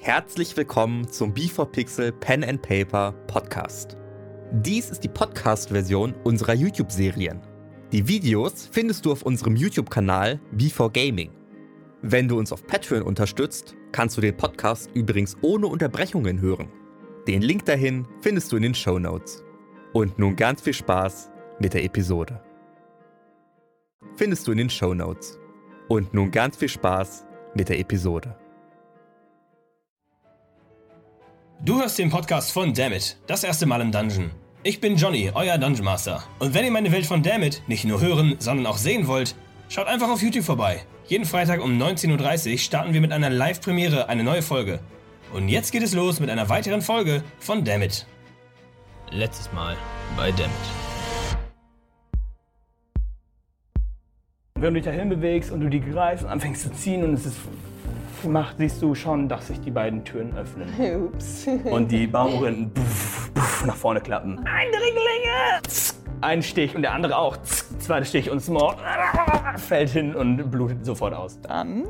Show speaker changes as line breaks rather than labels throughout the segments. Herzlich willkommen zum B4Pixel Pen and Paper Podcast. Dies ist die Podcast-Version unserer YouTube-Serien. Die Videos findest du auf unserem YouTube-Kanal B4Gaming. Wenn du uns auf Patreon unterstützt, kannst du den Podcast übrigens ohne Unterbrechungen hören. Den Link dahin findest du in den Show Notes. Und nun ganz viel Spaß mit der Episode. Findest du in den Show Notes. Und nun ganz viel Spaß mit der Episode.
Du hörst den Podcast von Dammit, das erste Mal im Dungeon. Ich bin Johnny, euer Dungeon Master. Und wenn ihr meine Welt von Dammit nicht nur hören, sondern auch sehen wollt, schaut einfach auf YouTube vorbei. Jeden Freitag um 19.30 Uhr starten wir mit einer Live-Premiere eine neue Folge. Und jetzt geht es los mit einer weiteren Folge von Dammit. Letztes Mal bei Dammit.
Wenn du dich dahin bewegst und du die greifst und anfängst zu ziehen und es ist gemacht, siehst du schon, dass sich die beiden Türen öffnen.
Ups.
Und die Baumrinden puff, puff, nach vorne klappen. Eindringlinge! Ein Stich und der andere auch. Zweiter Stich und Small fällt hin und blutet sofort aus.
Dann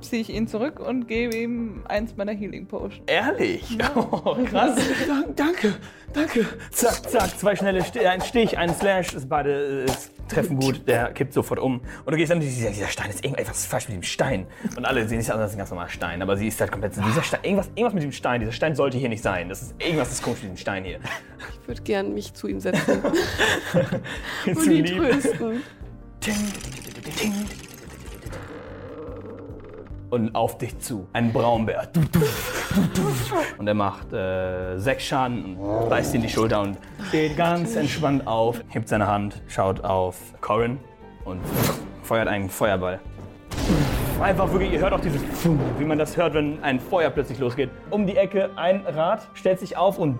ziehe ich ihn zurück und gebe ihm eins meiner Healing Potion.
Ehrlich? Oh, krass. Dank- danke, danke. Zack, zack, zwei schnelle Sti ein Stich, ein Slash, ist beide äh, es treffen gut, der kippt sofort um. Und du gehst dann, dieser, dieser Stein ist irgendwas falsch mit dem Stein. Und alle sehen sich an, das ist ein ganz normaler Stein, aber sie ist halt komplett, so, dieser Stein, irgendwas, irgendwas mit dem Stein, dieser Stein sollte hier nicht sein. Das ist, irgendwas ist komisch mit dem Stein hier.
Ich würde gern mich zu ihm setzen
Zu
und ihn
lieb.
trösten.
Und auf dich zu, ein Braunbär. Du, du, du, du. Und er macht äh, sechs Schaden und beißt ihn in die Schulter und steht ganz entspannt auf, hebt seine Hand, schaut auf Corin und feuert einen Feuerball. Einfach wirklich, ihr hört auch dieses, Pfum, wie man das hört, wenn ein Feuer plötzlich losgeht. Um die Ecke ein Rad, stellt sich auf und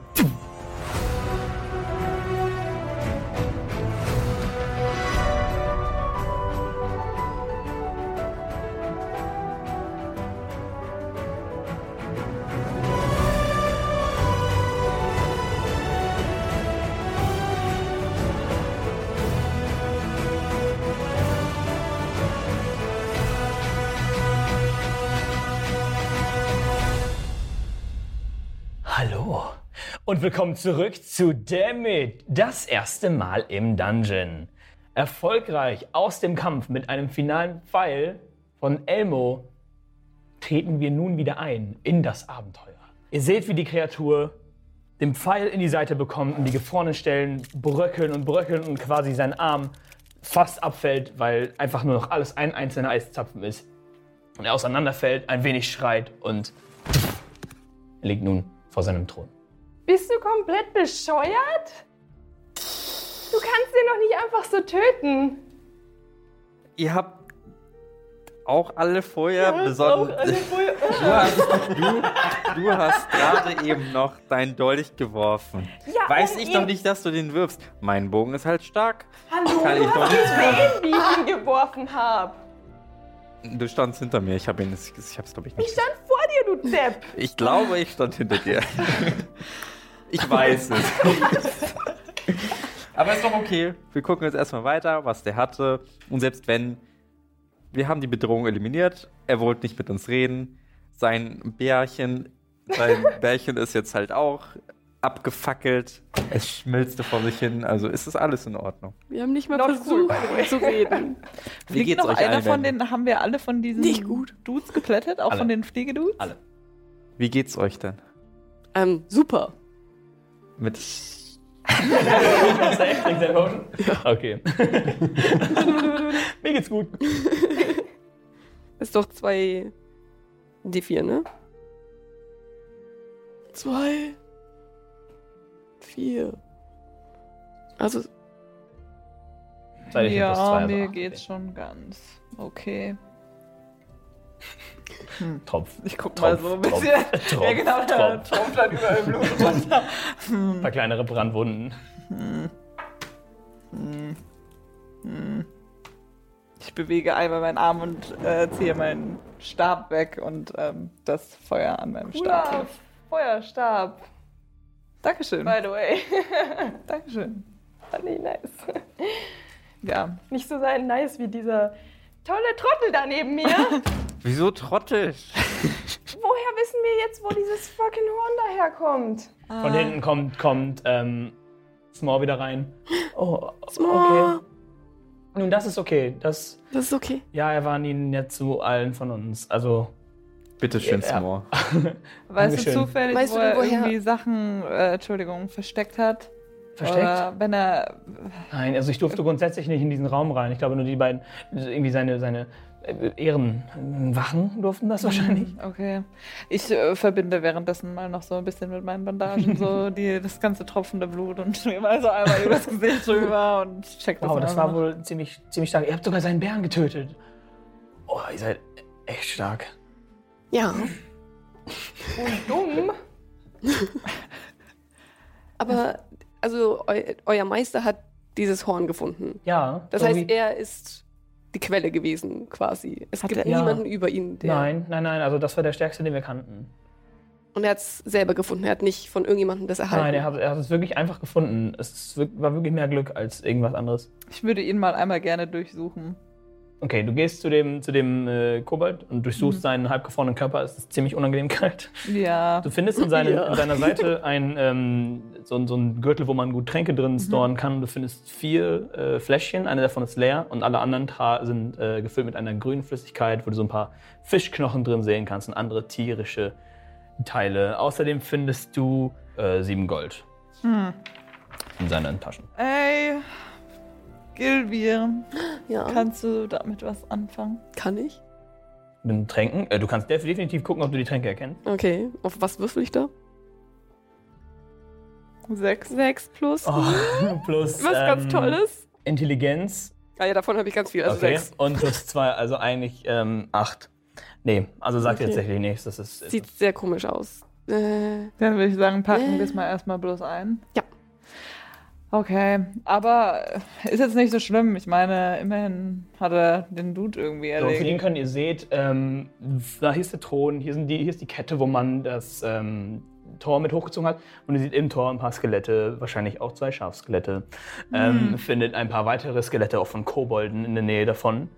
Hallo und willkommen zurück zu Dammit, das erste Mal im Dungeon. Erfolgreich aus dem Kampf mit einem finalen Pfeil von Elmo treten wir nun wieder ein in das Abenteuer. Ihr seht, wie die Kreatur den Pfeil in die Seite bekommt und die gefrorenen Stellen bröckeln und bröckeln und quasi sein Arm fast abfällt, weil einfach nur noch alles ein einzelner Eiszapfen ist. Und er auseinanderfällt, ein wenig schreit und er liegt nun vor seinem Thron.
Bist du komplett bescheuert? Du kannst den doch nicht einfach so töten.
Ihr habt auch alle vorher
Auch alle wohl-
Du hast, du, du hast gerade eben noch deinen Dolch geworfen.
Ja,
Weiß
um
ich
ihn-
doch nicht, dass du den wirfst. Mein Bogen ist halt stark.
Hallo,
Kann ich
du
doch
hast
nichts
gesehen, wie ich ihn geworfen habe.
Du standst hinter mir. Ich habe ihn, ich hab's glaube ich
Ich
nicht.
stand vor dir, du Depp.
Ich glaube, ich stand hinter dir. Ich weiß es. Aber ist doch okay. Wir gucken jetzt erstmal weiter, was der hatte. Und selbst wenn, wir haben die Bedrohung eliminiert. Er wollte nicht mit uns reden. Sein Bärchen, sein Bärchen ist jetzt halt auch abgefackelt. Es schmilzte vor sich hin. Also ist das alles in Ordnung.
Wir haben nicht mal Also,
Not cool,
versucht zu reden.
Wie
Liegt
geht's
noch
euch
einer
allen
von
denn?
den, haben wir alle von diesen
Nicht gut.
Dudes geplättet? Auch
Alle.
von den Fliegedudes?
Alle.
Wie geht's euch denn?
Ähm, super.
Mit
Hast du echt Drink Potion? Okay. Mir geht's gut.
Ist doch zwei D4, ne? Zwei. Vier. Also,
Seid ihr plus zwei,
Ja,
also
mir
acht.
geht's schon ganz. Okay.
Tropf.
Ich guck
Tropf,
mal so ein
Tropf,
bisschen.
Tropf,
ja, genau, da
Tropf.
tropft halt überall Blut runter.
Ein paar kleinere Brandwunden.
Ich bewege einmal meinen Arm und äh, ziehe meinen Stab weg und ähm, das Feuer an meinem Stab.
Hurra,
hilft.
Feuerstab,
Dankeschön.
by the way.
Dankeschön.
Fand ich nice.
Ja,
Nicht so sein nice wie dieser tolle Trottel da neben mir.
Wieso trottisch?
Woher wissen wir jetzt, wo dieses fucking Horn daherkommt.
Ah.
Von hinten kommt, kommt ähm, Small wieder rein. Oh,
Small.
okay. Nun, das ist okay. Das,
Das ist okay.
ja, er war nie nett zu allen von uns. Also,
Bitte schön,
Ja.
Smore.
Weißt du
Dankeschön.
zufällig,
Weißt
wo
du denn,
er
woher-
irgendwie Sachen, äh, Entschuldigung, versteckt hat?
versteckt?
Oder wenn er.
Nein, also ich durfte grundsätzlich nicht in diesen Raum rein. Ich glaube, nur die beiden, irgendwie seine, seine äh, Ehrenwachen durften das wahrscheinlich.
Okay. Ich äh, verbinde währenddessen mal noch so ein bisschen mit meinen Bandagen so die, das ganze tropfende Blut und schmier mal so einmal über das Gesicht drüber und check das
Wow, das war
mal.
wohl ziemlich, ziemlich stark. Ihr habt sogar seinen Bären getötet. Oh, ihr seid echt stark.
Ja.
Dumm.
Aber also eu euer Meister hat dieses Horn gefunden.
Ja.
Das
so
heißt,
wie-
er ist die Quelle gewesen, quasi. Es
Hat
gibt
er-
Ja.
niemanden über ihn, der.
Nein, nein, nein, also das war der stärkste, den wir kannten.
Und er hat es selber gefunden. Er hat nicht von irgendjemandem das erhalten.
Nein, er hat, er hat es wirklich einfach gefunden. Es ist wirk- war wirklich mehr Glück als irgendwas anderes.
Ich würde ihn mal einmal gerne durchsuchen.
Okay, du gehst zu dem, zu dem äh, Kobold und durchsuchst
Mhm.
seinen halbgefrorenen Körper. Es ist ziemlich unangenehm kalt.
Ja.
Du findest in, seine,
Ja.
in seiner Seite ein, ähm, so, ein- so ein Gürtel, wo man gut Tränke
Mhm.
drin storen kann. Du findest vier äh, Fläschchen, eine davon ist leer und alle anderen tra- sind äh, gefüllt mit einer grünen Flüssigkeit, wo du so ein paar Fischknochen drin sehen kannst und andere tierische Teile. Außerdem findest du äh, sieben Gold
Hm.
in seinen Taschen.
Ey, Gilbir,
ja. Kann,
kannst du damit was anfangen?
ich?
Mit den Tränken? Äh, du kannst def- definitiv gucken, ob du die Tränke erkennst.
Okay. Auf was würfel ich da?
Sechs.
Sechs plus.
plus
Oh. was
Oh, ähm,
ganz Tolles.
Intelligenz
Ah ja, davon habe ich ganz viel. Also
okay.
sechs.
Und plus zwei, also eigentlich ähm, acht. Nee, also sagt ihr
Okay.
tatsächlich nichts. Das ist.
Sieht sehr komisch aus. Äh,
Dann würde ich sagen, packen
Äh.
wir es mal erstmal bloß ein.
Ja.
Okay, aber äh, ist jetzt nicht so schlimm. Ich meine, immerhin hat er den Dude irgendwie
so, für den
erledigt.
könnt ihr seht, ähm, da hier ist der Thron, hier, sind die, hier ist die Kette, wo man das ähm, Tor mit hochgezogen hat. Und ihr seht im Tor ein paar Skelette, wahrscheinlich auch zwei Schafskelette.
Hm.
Ähm, Findet ein paar weitere Skelette auch von Kobolden in der Nähe davon.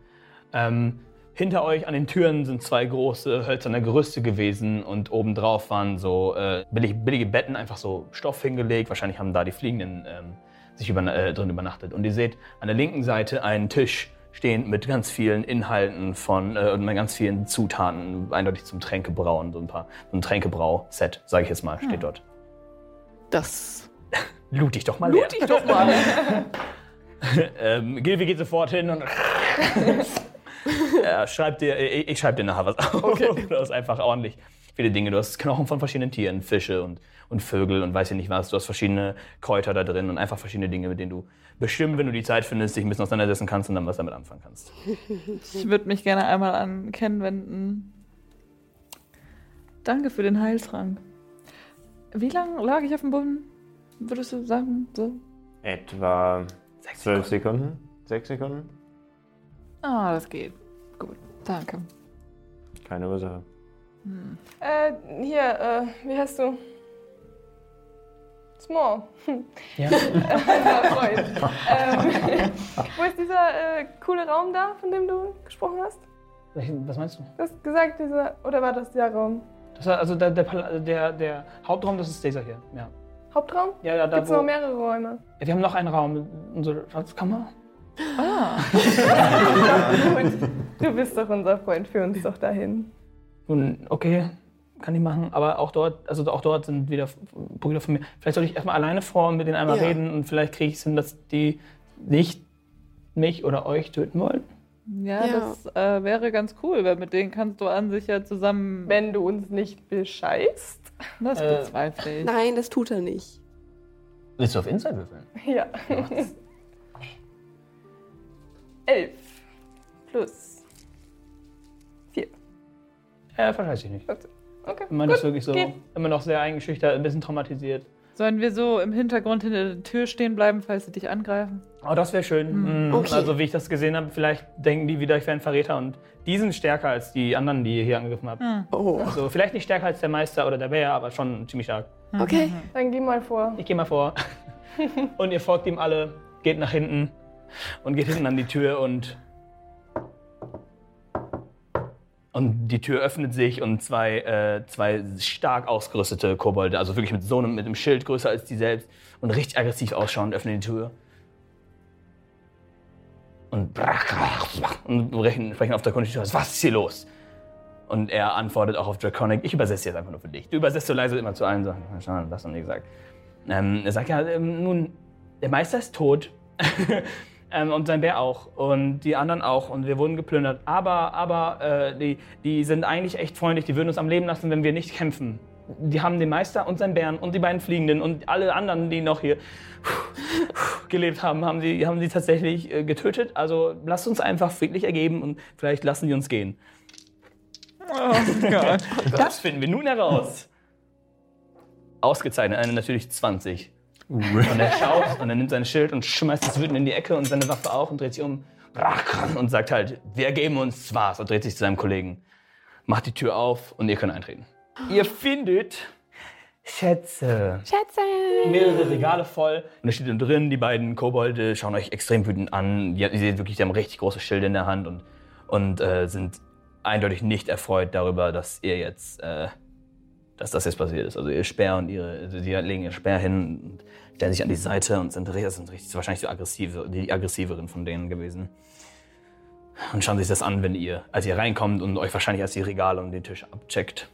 Ähm, hinter euch an den Türen sind zwei große hölzerne Gerüste gewesen und obendrauf waren so äh, billig, billige Betten, einfach so Stoff hingelegt. Wahrscheinlich haben da die Fliegenden ähm, sich überna- äh, drin übernachtet. Und ihr seht an der linken Seite einen Tisch stehen mit ganz vielen Inhalten von äh, und mit ganz vielen Zutaten, eindeutig zum Tränkebrauen, so ein paar, so ein Tränkebrau-Set, sage ich jetzt mal, steht dort.
das.
Loot dich doch mal leer.
Blut ich doch mal.
Ähm, Gilvi geht sofort hin und ja, schreibt dir, äh, ich, ich schreibe dir nachher was auf. Du hast einfach ordentlich viele Dinge. Du hast Knochen von verschiedenen Tieren, Fische und, und Vögel und weiß ich nicht was. Du hast verschiedene Kräuter da drin und einfach verschiedene Dinge, mit denen du bestimmt, wenn du die Zeit findest, dich ein bisschen auseinandersetzen kannst und dann was damit anfangen kannst.
Ich würde mich gerne einmal an Ken wenden. Danke für den Heiltrank. Wie lange lag ich auf dem Boden? Würdest du sagen? So?
Etwa zwölf Sekunden. Sechs Sekunden?
Ah, das geht. Gut, danke.
Keine Ursache.
Äh, hier, äh, wie heißt du? Small.
Ja.
Unser Freund. ähm, wo ist dieser äh, coole Raum da, von dem du gesprochen hast?
Was meinst du?
Du hast gesagt, dieser, oder war das der Raum?
Das war also der, der, Pal- der, der Hauptraum, das ist dieser hier. Ja,
Hauptraum?
ja, ja da
Gibt es
wo-
noch mehrere Räume?
Ja, Wir haben noch einen Raum, unsere Schatzkammer.
Du bist doch unser Freund, führ uns doch dahin.
Nun, okay, kann ich machen, aber auch dort, also auch dort sind wieder Brüder von mir. Vielleicht soll ich erstmal alleine vor und mit denen einmal
Ja.
reden und vielleicht kriege ich es hin, dass die nicht mich oder euch töten wollen.
Ja,
Ja.
das äh, wäre ganz cool, weil mit denen kannst du an sich ja zusammen.
Wenn du uns nicht bescheißt.
Das
Äh,
bezweifle ich.
Nein, das tut er nicht.
Willst du auf Inside würfeln?
Ja. Elf. Plus.
Ja, verscheiß ich nicht.
Okay.
Man ist wirklich so
geht.
immer noch sehr eingeschüchtert, ein bisschen traumatisiert.
Sollen wir so im Hintergrund hinter der Tür stehen bleiben, falls sie dich angreifen?
Oh, das wäre schön. Mm,
Okay.
Also, wie ich das gesehen habe, vielleicht denken die wieder, ich wäre ein Verräter und die sind stärker als die anderen, die ihr hier angegriffen habt.
Oh.
Also, vielleicht nicht stärker als der Meister oder der Bär, aber schon ziemlich stark.
Okay.
Dann geh mal vor.
Ich gehe mal vor. Und ihr folgt ihm alle, geht nach hinten und geht hinten an die Tür und Und die Tür öffnet sich und zwei, äh, zwei stark ausgerüstete Kobolde, also wirklich mit so einem, mit einem Schild größer als die selbst und richtig aggressiv ausschauend, öffnen die Tür. Und, brach, brach, brach, und brechen, sprechen auf Draconic die Tür. aus. Was ist hier los? Und er antwortet auch auf Draconic. Ich übersetze jetzt einfach nur für dich. Du übersetzt so leise immer zu allen Sachen. Mal schauen, was haben die gesagt? Ähm, er sagt ja, ähm, nun, der Meister ist tot. ähm, und sein Bär auch. Und die anderen auch. Und wir wurden geplündert. Aber, aber, äh, die, die sind eigentlich echt freundlich. Die würden uns am Leben lassen, wenn wir nicht kämpfen. Die haben den Meister und seinen Bären und die beiden Fliegenden und alle anderen, die noch hier gelebt haben, haben sie, haben sie tatsächlich äh, getötet. Also lasst uns einfach friedlich ergeben und vielleicht lassen die uns gehen. das finden wir nun heraus. Ausgezeichnet, eine natürlich 20. Und er schaut und er nimmt sein Schild und schmeißt es wütend in die Ecke und seine Waffe auch und dreht sich um Brach, und sagt halt, wir geben uns was und dreht sich zu seinem Kollegen. Macht die Tür auf und ihr könnt eintreten. Ihr findet Schätze.
Schätze!
mehrere Regale voll. Und da steht dann drin, die beiden Kobolde schauen euch extrem wütend an. Die, die sehen wirklich, die haben richtig große Schilde in der Hand und, und äh, sind eindeutig nicht erfreut darüber, dass ihr jetzt, äh, dass das jetzt passiert ist. Also ihr Speer und ihre, also die legen ihr Speer hin und stellen sich an die Seite und sind, das sind richtig, wahrscheinlich die, aggressive, die aggressiveren von denen gewesen. Und schauen sich das an, wenn ihr, als ihr reinkommt und euch wahrscheinlich erst die Regale und den Tisch abcheckt.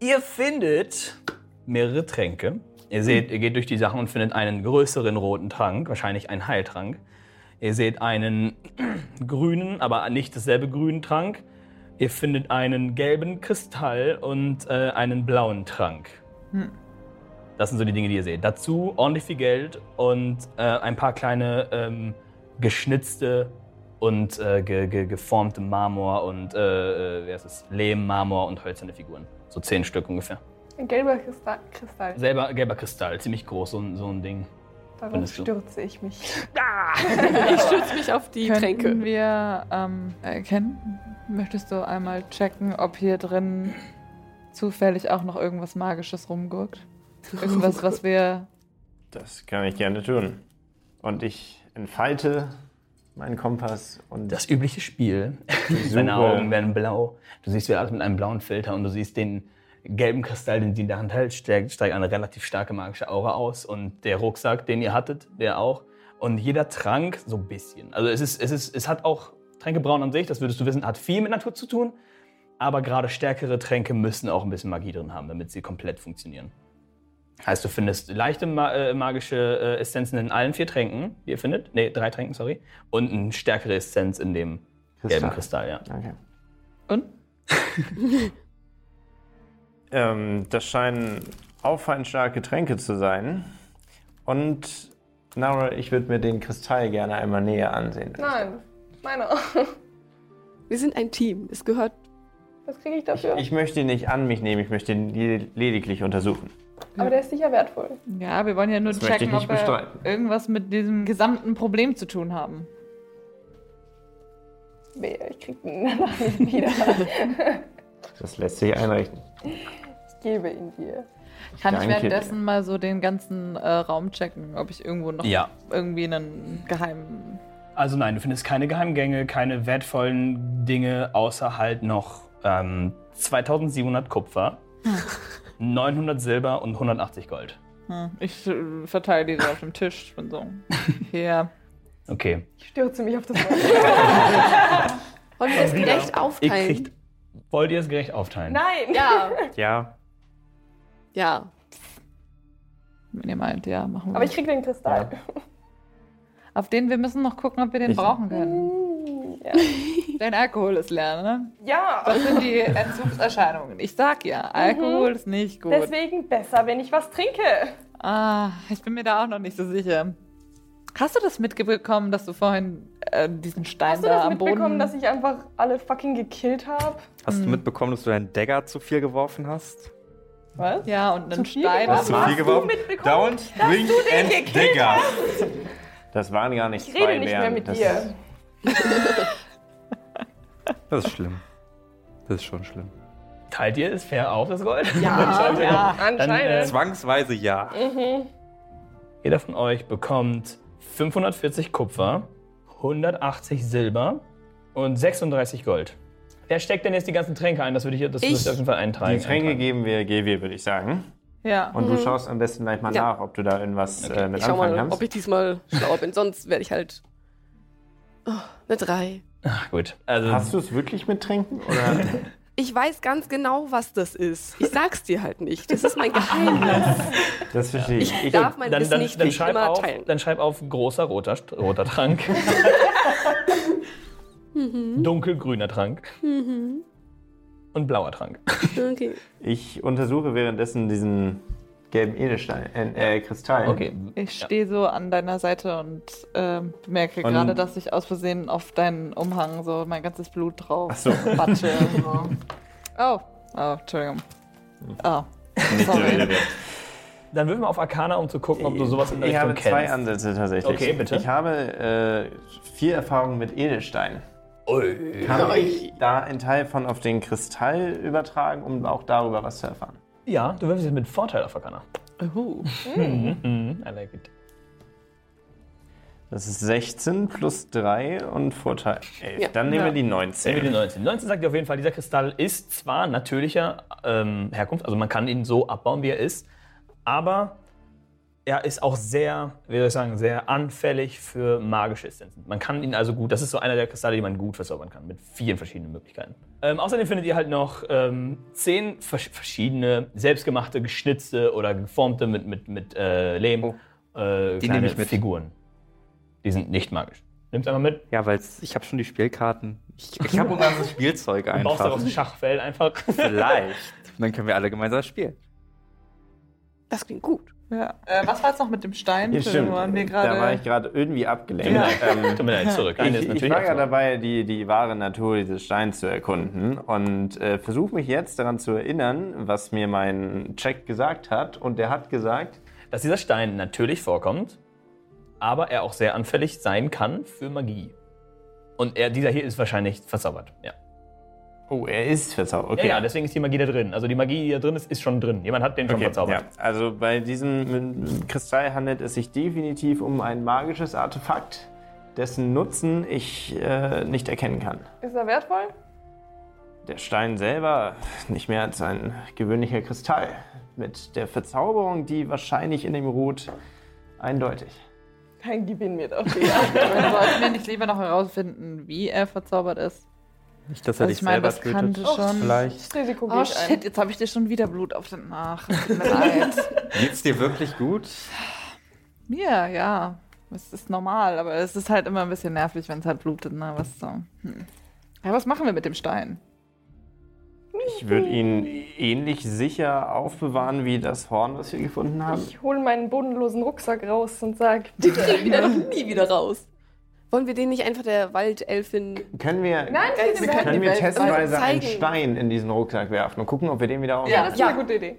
Ihr findet mehrere Tränke. Ihr seht, ihr geht durch die Sachen und findet einen größeren roten Trank, wahrscheinlich einen Heiltrank. Ihr seht einen grünen, aber nicht dasselbe grünen Trank. Ihr findet einen gelben Kristall und äh, einen blauen Trank. Das sind so die Dinge, die ihr seht. Dazu ordentlich viel Geld und äh, ein paar kleine ähm, geschnitzte und äh, ge ge geformte Marmor und äh, äh, wie heißt es? Lehm, Marmor und hölzerne Figuren. So zehn Stück ungefähr.
Ein gelber Kristall. Kristall.
Selber, gelber Kristall, ziemlich groß, so, ein- so ein Ding.
Darum
findest du.
stürze ich mich.
Ich stütze mich auf die Tränke.
Könnten wir ähm, erkennen? Möchtest du einmal checken, ob hier drin zufällig auch noch irgendwas Magisches rumguckt? Irgendwas, was wir.
Das kann ich gerne tun. Und ich entfalte meinen Kompass und
Das übliche Spiel. Seine
Suche.
Augen werden blau. Du siehst wieder alles mit einem blauen Filter und du siehst den gelben Kristall, den sie in der Hand hält, steigt, steigt eine relativ starke magische Aura aus. Und der Rucksack, den ihr hattet, der auch. Und jeder Trank so ein bisschen. Also es, ist, es, ist, es hat auch Tränke braun an sich, das würdest du wissen, hat viel mit Natur zu tun. Aber gerade stärkere Tränke müssen auch ein bisschen Magie drin haben, damit sie komplett funktionieren. Heißt, du findest leichte ma äh, magische äh, Essenzen in allen vier Tränken, die ihr findet. Nee, drei Tränken, sorry. Und eine stärkere Essenz in dem gelben Kristall, ja.
Okay.
Und?
Ähm, das scheinen auffallend starke Tränke zu sein. Und Nara, ich würde mir den Kristall gerne einmal näher ansehen.
Nein, meine.
Wir sind ein Team. Es gehört.
Was kriege ich dafür?
Ich möchte ihn nicht an mich nehmen, ich möchte ihn led- lediglich untersuchen.
Aber der ist sicher wertvoll.
Ja, wir wollen ja nur
Das möchte
checken,
ich nicht
ob wir
bestreiten.
irgendwas mit diesem gesamten Problem zu tun haben.
Wehe, Ich krieg ihn danach nicht wieder.
Das lässt sich einrichten.
Ich gebe ihn dir.
Kann ich
Danke
währenddessen mal so den ganzen äh, Raum checken, ob ich irgendwo noch
Ja.
irgendwie einen geheimen.
Also nein, du findest keine Geheimgänge, keine wertvollen Dinge, außer halt noch ähm, 2700 Kupfer, 900 Silber und 180 Gold.
Hm, ich äh, verteile die so auf dem Tisch. Ich bin so. Hier.
Okay.
Ich stürze mich auf das Wort.
Wollen wir das gerecht
Ihr
aufteilen?
kriegt, wollt ihr es gerecht aufteilen?
Nein!
Ja.
Ja,
Ja.
Wenn ihr meint, ja, machen wir.
Aber ich krieg den Kristall.
auf den wir müssen noch gucken, ob wir den
Ich-
brauchen können.
Mm, Ja.
Dein Alkohol ist leer, ne?
ja.
Das sind die Entzugserscheinungen. Ich sag ja, Alkohol ist nicht gut.
Mhm. Deswegen besser, wenn ich was trinke.
Ah, ich bin mir da auch noch nicht so sicher. Hast du das mitbekommen, dass du vorhin äh, diesen Stein
Hast du
da
das
am
mitbekommen,
Boden...
dass ich einfach alle fucking gekillt habe?
Hast du mitbekommen, dass du deinen Dagger zu viel geworfen hast?
Was?
ja, und einen
Zu viel
Stein...
gegessen?
am-
Hast du
geworfen?
mitbekommen,
Don't drink and Dagger.
das waren gar nicht
Ich
zwei
rede nicht
Bären.
mehr mit
das
dir.
Das ist schlimm. Das ist schon schlimm.
Teilt ihr es fair auf, das Gold?
Ja,
Anscheinend.
anscheinend.
Zwangsweise ja.
Jeder von euch bekommt 540 Kupfer, 180 Silber und 36 Gold.
Ist,
Wer steckt denn jetzt die ganzen Tränke ein? Das würde ich, das würde ich auf jeden Fall eintragen.
Die Tränke
eintragen.
geben wir GW, würde ich sagen.
Ja.
Und du schaust am besten gleich mal
Ja.
nach, ob du da irgendwas äh, mit
Ich schau
anfangen
mal, ob
kannst.
ich diesmal schlauer bin. Sonst werde ich halt. Oh, eine 3.
Ach, gut. Also,
Hast du es wirklich mit Trinken? Oder?
Ich weiß ganz genau, was das ist. Ich sag's dir halt nicht. Das ist mein Geheimnis.
Das verstehe ich.
Ich
ich
darf mein
dann,
Wissen
dann,
nicht,
dann,
nicht
schreib
immer
auf,
teilen.
dann schreib auf großer roter, St- roter Trank.
Mhm.
Dunkelgrüner Trank. Und blauer Trank.
Okay.
Ich untersuche währenddessen diesen gelben Edelstein, äh, äh, Kristall.
Okay.
Ich stehe so an deiner Seite und ähm, merke
Und-
gerade, dass ich aus Versehen auf deinen Umhang so mein ganzes Blut drauf
Ach so.
batsche. so. Oh. Oh, Entschuldigung.
Hm.
Oh. Sorry.
Dann würfen wir auf Arcana, um zu gucken, ob du sowas in der
ich
Richtung
habe zwei
kennst.
Ansätze tatsächlich.
Okay, bitte.
Ich habe äh, viel Erfahrung mit Edelsteinen. Kann ich da einen Teil von auf den Kristall übertragen, um auch darüber was zu erfahren?
Ja, du würfelst jetzt mit Vorteil auf Arcana.
Uhu.
Mhm, I like it.
Das ist 16 plus 3 und Vorteil 11.
Ja.
Dann nehmen wir die
Äh.
Nehmen wir die
19.
19. Die 19 sagt dir auf jeden Fall, dieser Kristall ist zwar natürlicher ähm, Herkunft, also man kann ihn so abbauen, wie er ist, aber er ist auch sehr, wie soll ich sagen, sehr anfällig für magische Essenzen. Man kann ihn also gut, das ist so einer der Kristalle, die man gut verzaubern kann, mit vielen verschiedenen Möglichkeiten. Ähm, außerdem findet ihr halt noch ähm, zehn versch- verschiedene selbstgemachte, geschnitzte oder geformte mit, mit, mit äh, Lehm äh,
Oh. Die
kleine
nehme ich mit.
Figuren. Die sind nicht magisch. Nimm's einfach mit.
Ja, weil ich habe schon die Spielkarten. Ich, ich habe unser ganzes Spielzeug
Du brauchst
einfach.
daraus ein Schachfeld einfach.
Vielleicht. Und dann können wir alle gemeinsam spielen.
Das klingt gut.
Ja. Äh, was war jetzt noch mit dem Stein?
Ja,
Entschuldigung,
stimmt.
waren wir
Da war ich
gerade.
gerade irgendwie abgelenkt.
Ja.
Ähm,
Tut mir leid, zurück. Eine
Ich,
ist
ich
natürlich
war ja
auch so.
dabei, die, die wahre Natur dieses Steins zu erkunden und äh, versuche mich jetzt daran zu erinnern, was mir mein Check gesagt hat. Und der hat gesagt,
dass dieser Stein natürlich vorkommt, aber er auch sehr anfällig sein kann für Magie. Und er, dieser hier ist wahrscheinlich verzaubert. Ja.
oh, er ist verzaubert. Okay,
ja, ja, deswegen ist die Magie da drin. Also die Magie, die da drin ist, ist schon drin. Jemand hat den schon
okay.
verzaubert.
ja. Also bei diesem ähm, Kristall handelt es sich definitiv um ein magisches Artefakt, dessen Nutzen ich äh, nicht erkennen kann.
Ist er wertvoll?
Der Stein selber nicht mehr als ein gewöhnlicher Kristall. Mit der Verzauberung, die wahrscheinlich in ihm ruht, eindeutig.
Dann gib ihn mir doch.
Dann Also, sollten wir nicht lieber noch herausfinden, wie er verzaubert ist.
Nicht, dass er
Also
dich
ich meine,
selber
das
tötet.
kannte schon.
Vielleicht.
Das Risiko
Oh
geht ein.
shit, jetzt habe ich dir schon wieder Blut auf den Nach. Tut mir leid.
Geht's dir wirklich gut?
Mir, ja. Es ist normal, aber es ist halt immer ein bisschen nervig, wenn es halt blutet. Na, was so. Hm. Ja, was machen wir mit dem Stein?
Ich würde ihn ähnlich sicher aufbewahren wie das Horn, was wir gefunden haben.
Ich hole meinen bodenlosen Rucksack raus und sag,
Die kriegen wir doch nie wieder raus. Wollen wir den nicht einfach der Waldelfin.
Können wir,
nein, ich
wir
will den
können-
können
die
wir
Welt
testweise
zeigen.
einen Stein in diesen Rucksack werfen und gucken, ob wir den wieder aufnehmen?
Das ist eine gute Idee.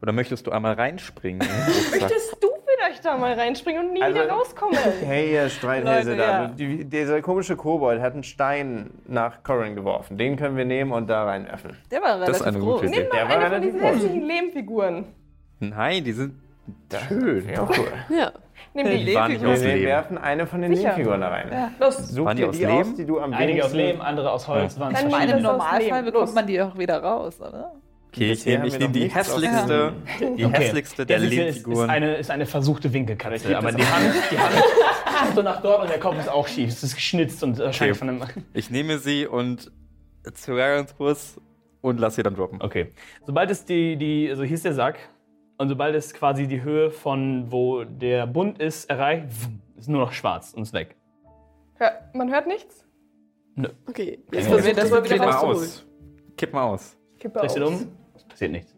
Oder möchtest du einmal reinspringen? in den Rucksack?
Dass du vielleicht da mal reinspringen und nie
Also-
wieder rauskommen.
Hey, ihr Streithälse
Leute,
da.
ja.
Die- Dieser komische Kobold hat einen Stein nach Corin geworfen. Den können wir nehmen und da reinwerfen.
Der war relativ
das ist eine
groß.
gute Idee.
Nimm mal
Der war
eine von
relativ
diesen
groß.
hässlichen Lehmfiguren.
Nein, die sind
Schön, ja, cool.
Ja.
Nimm
Eine
die.
waren nicht
Lehmfigur.
aus
Wir
Leben.
werfen eine von den
Sicher.
Lehmfiguren da rein.
Los.
Such
Waren die
dir
aus
die
Lehm?
aus, die du am
Einige aus
wenigsten-
Lehm, andere aus Holz. Waren
Dann
Ich meine, im
Das ist aus
normalfall
Leben.
bekommt
Los.
man die auch wieder raus, oder?
Okay, ich
Bisher
nehme
haben
ich
wir
nehm
noch
die
nichts aus
hässlichste, die
Okay.
hässlichste der
Das ist- ist- Ist
Lehmfiguren.
eine, ist eine versuchte
Vielleicht
Winkelkatze.
gibt
Aber
es
also die
auch-
Hand, die Hand ist so nach dort und der Kopf ist auch schief. Es ist geschnitzt und wahrscheinlich
Okay.
von einem.
Ich nehme sie und Zwergenskurs und lass sie dann droppen.
Okay. Sobald es die, die, also hier ist der Sack, und sobald es quasi die Höhe von wo der Bund ist, erreicht, ist nur noch schwarz und ist weg.
Hör, man hört nichts?
Okay. Jetzt
Ja,
versuchen wir das mal
Kipp
wieder
mal
rauszuholen.
aus. Kipp mal aus.
Kippe
Drehst du
aus.
um? Es passiert nichts.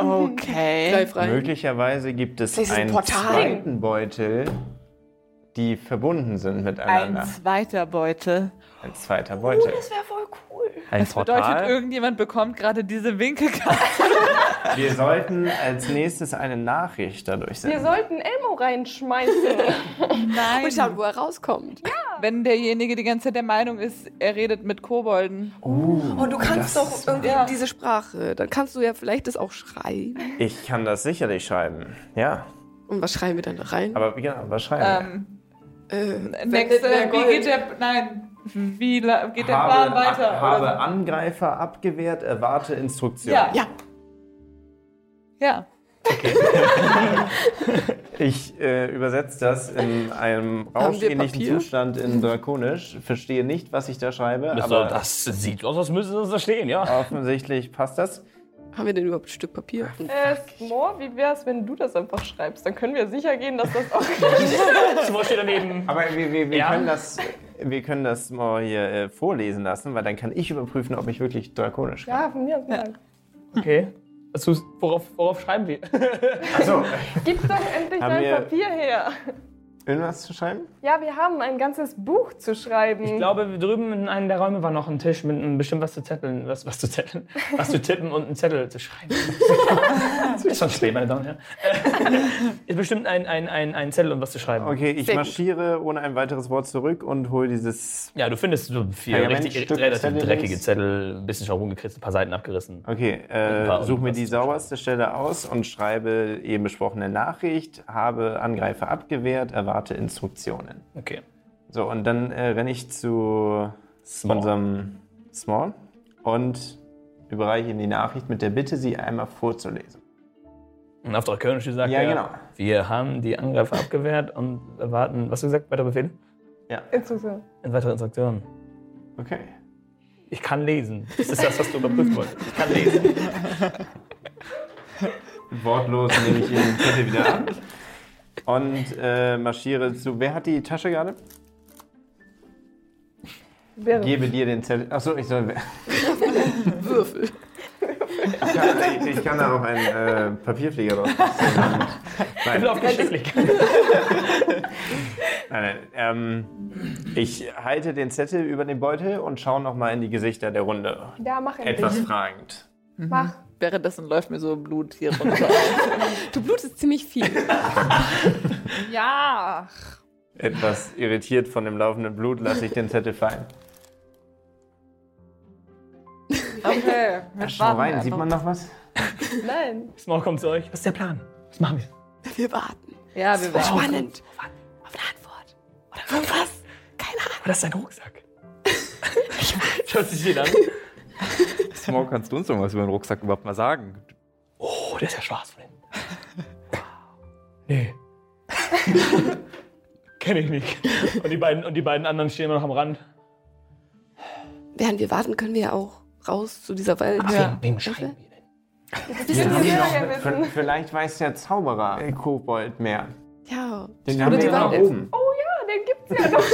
Sei
Okay.
frei.
Möglicherweise gibt es
Das ist ein
einen
Portal.
zweiten Beutel, die verbunden sind miteinander.
Ein zweiter Beutel.
Ein zweiter Beutel.
Das wäre voll cool.
Ein
Das bedeutet, irgendjemand bekommt gerade diese Winkelkarte.
Wir sollten als nächstes eine Nachricht dadurch
Wir
senden.
sollten Elmo reinschmeißen.
Und
Nein.
schauen, wo er rauskommt.
Wenn derjenige die ganze Zeit der Meinung ist, er redet mit Kobolden.
Oh, du kannst doch irgendwie diese Sprache. Dann kannst du ja vielleicht das auch schreiben.
Ich kann das sicherlich schreiben. Ja,
Und was schreiben wir dann da rein?
aber ja, was schreiben
Ähm,
Äh,
nächste,
Wenn- wenn-
wie geht der. Nein. Wie la- geht der
habe,
Plan weiter?
habe
Oder-
Angreifer abgewehrt, erwarte Instruktionen.
ja. Ja.
Ja.
Ich äh, übersetze das in einem
wir
rauschähnlichen
Papier?
Zustand in Drakonisch. Verstehe nicht, was ich da schreibe,
Das,
aber
das sieht aus, als müsste das da stehen, ja.
offensichtlich passt das.
Haben wir denn überhaupt ein Stück Papier?
Äh, Smo, wie wär's, wenn du das einfach schreibst? Dann können wir sicher gehen, dass das auch kommt.
Zum steht daneben.
Aber wir, wir, wir,
Ja.
können, das, wir können das mal hier äh, vorlesen lassen, weil dann kann ich überprüfen, ob ich wirklich Drakonisch kann.
Ja, von mir aus. mal.
Okay. Also, worauf, worauf schreiben wir?
Achso,
Gib doch endlich
Haben
dein
wir-
Papier her.
irgendwas zu schreiben?
Ja, wir haben ein ganzes Buch zu schreiben.
Ich glaube, drüben in einem der Räume war noch ein Tisch mit einem bestimmt was zu zetteln, was, was zu zetteln, was zu tippen und einen Zettel zu schreiben. ist schon spät, meine Damen und Herren. Äh, Ist bestimmt ein, ein, ein, ein Zettel und was zu schreiben.
Okay, ich
Sehr gut.
marschiere ohne ein weiteres Wort zurück und hole dieses.
Ja, du findest so viel
Pergament,
richtig,
Stück
relativ
Zettel
dreckige
links.
Zettel, ein bisschen schon rumgekritzt, ein paar Seiten abgerissen.
Okay,
paar
äh, suche mir
irgendwas
die
zu
sauberste Stelle aus und schreibe eben besprochene Nachricht, habe Angreifer abgewehrt, erwarte Instruktionen.
Okay.
So, und dann äh, renne ich zu unserem Small und überreiche ihm die Nachricht mit der Bitte, sie einmal vorzulesen.
Und auf Drakönisch sagt
Ja,
er,
genau.
wir haben die Angreifer abgewehrt und erwarten, was hast du gesagt, weiter Befehl?
Instruktion.
Weitere Instruktionen.
Okay.
Ich kann lesen. Das ist das, was du überprüfen wolltest. Ich kann lesen.
Wortlos nehme ich ihn bitte wieder an und äh, marschiere zu. Wer hat die Tasche gerade?
Wäre.
Gebe dir den Zettel. Achso, ich soll.
Würfel.
Ich kann, ich, ich kann da auch einen äh, Papierflieger draus. basteln. Nein,
Auf
nein,
Geschicklichkeit.
nein. Ähm, ich halte den Zettel über den Beutel und schaue nochmal in die Gesichter der Runde.
Ja, mach endlich.
Etwas fragend.
Mach.
Währenddessen läuft mir so Blut hier runter.
Du blutest ziemlich viel.
Ja.
Etwas irritiert von dem laufenden Blut lasse ich den Zettel fallen.
okay. Jetzt
Schau
warten
rein,
wir
sieht
einfach.
man noch was?
Nein.
Smog kommt zu euch. Was ist der Plan? Was machen wir?
Wir warten.
Ja, wir
Oh,
warten.
Spannend. Auf eine Antwort. Oder auf was? Keine Ahnung.
Aber das ist ein Rucksack. Schaut sich den an.
Smog, kannst du uns irgendwas über den Rucksack überhaupt mal sagen?
Oh, der ist ja schwarz von hinten. Nee. Kenne ich nicht. Und die, beiden, und die beiden anderen stehen immer noch am Rand.
Während wir warten, können wir ja auch raus zu dieser Welt.
Wem, wem schreiben wir denn?
Das wissen wir selber
V-
wissen.
Vielleicht weiß der Zauberer äh, Kobold mehr.
Ja.
Den haben wir
Oder die
ja
Wand
nach
ist.
oben.
Oh Ja, den gibt's ja noch.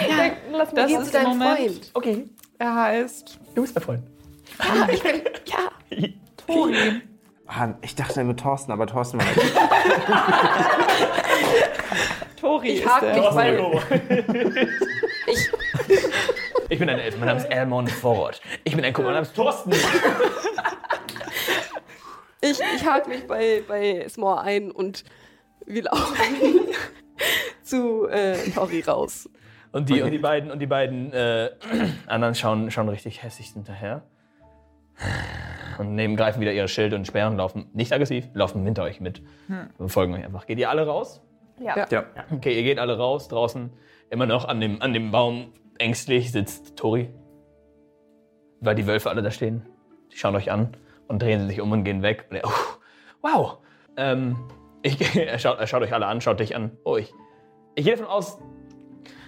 ja.
Lass mich
Das
Geh
gehen.
zu
ist der
deinem
Moment.
Freund.
Okay. Er heißt
Du bist mein Freund.
Ja, ich bin. Ja.
Tori.
Ah, ich dachte immer Thorsten, aber Thorsten war halt nicht.
Tori
Ich
ist
hake
der.
mich mal.
Ich. Ich bin ein Elf. Mein Name ist Elmon Forward. Ich bin ein Kumpel. Mein Name ist Thorsten.
Ich, ich hake mich bei, bei Smore ein und wir laufen zu äh, Tori raus.
Und die, und die beiden, und die beiden äh, anderen schauen, schauen richtig hässlich hinterher. Und nehmen, greifen wieder ihre Schilde und Speeren und laufen nicht aggressiv, laufen hinter euch mit. Und folgen euch einfach. Geht ihr alle raus?
Ja.
Ja.
Okay, ihr geht alle raus. Draußen immer noch an dem, an dem Baum ängstlich sitzt Tori. Weil die Wölfe alle da stehen. Die schauen euch an und drehen sich um und gehen weg. Und er, uff, wow! Ähm, ich, er, schaut, er schaut euch alle an, schaut dich an. Oh, ich, ich gehe davon aus,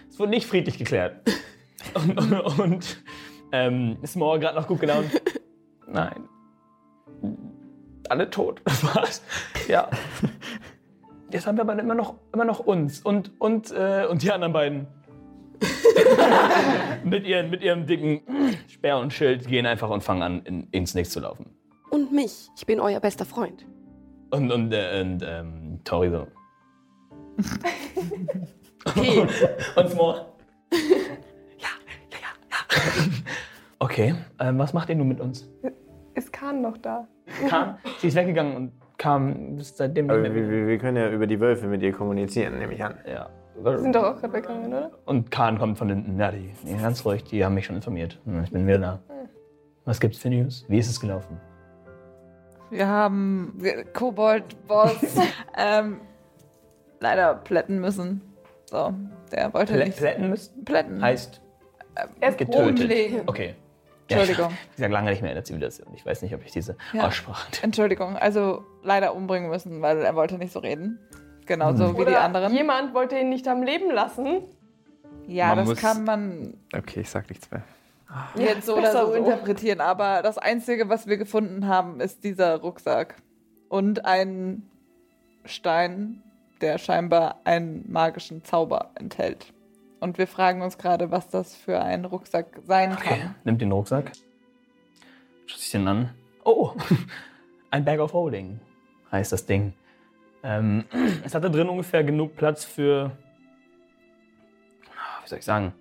es wurde nicht friedlich geklärt. Und, und, und ähm, ist Moore gerade noch gut gelaunt? Nein. Alle tot. Was? Ja. Jetzt haben wir aber immer noch, immer noch uns und, und, äh, und die anderen beiden. mit, ihren, mit ihrem dicken Speer und Schild gehen einfach und fangen an, in, ins Nichts zu laufen.
Und mich. Ich bin euer bester Freund.
Und, und, äh, und ähm, Tori so.
Okay.
Und Small. ja, ja, ja, ja. okay, ähm, was macht ihr nun mit uns?
Ist Kahn noch da?
Kam, sie ist weggegangen und kam bis seitdem
Aber
nicht
wir,
mehr.
wir wir können ja über die Wölfe mit ihr kommunizieren, nehme ich an.
Ja.
Die sind doch auch gerade weggegangen, oder?
Und Kahn kommt von hinten. Ja, die, die ganz ruhig, die haben mich schon informiert. Hm, Ich bin wieder da. Was gibt's für News? Wie ist es gelaufen?
Wir haben Kobold-Boss ähm, leider plätten müssen. So, der wollte
Plä
nicht.
Plätten müssen?
Plätten.
Heißt,
Er ist
getötet.
Bodenleben.
Okay.
Entschuldigung.
Ja, ich sage lange nicht mehr in der Zivilisation. Ich weiß nicht, ob ich diese
Ja.
Aussprache hatte.
Entschuldigung, also leider umbringen müssen, weil er wollte nicht so reden. Genauso wie
Oder
die anderen.
Jemand wollte ihn nicht am Leben lassen.
Ja,
Man
das
muss-
kann man
Okay, ich sag nichts mehr.
jetzt so oder
besser
so
so.
interpretieren, aber das Einzige, was wir gefunden haben, ist dieser Rucksack. Und ein Stein, der scheinbar einen magischen Zauber enthält. Und wir fragen uns gerade, was das für ein Rucksack sein
Okay.
kann.
Nimmt den Rucksack. Schaut sich den an. Oh, ein Bag of Holding heißt das Ding. Ähm, es hatte drin ungefähr genug Platz für, ah, wie soll ich sagen,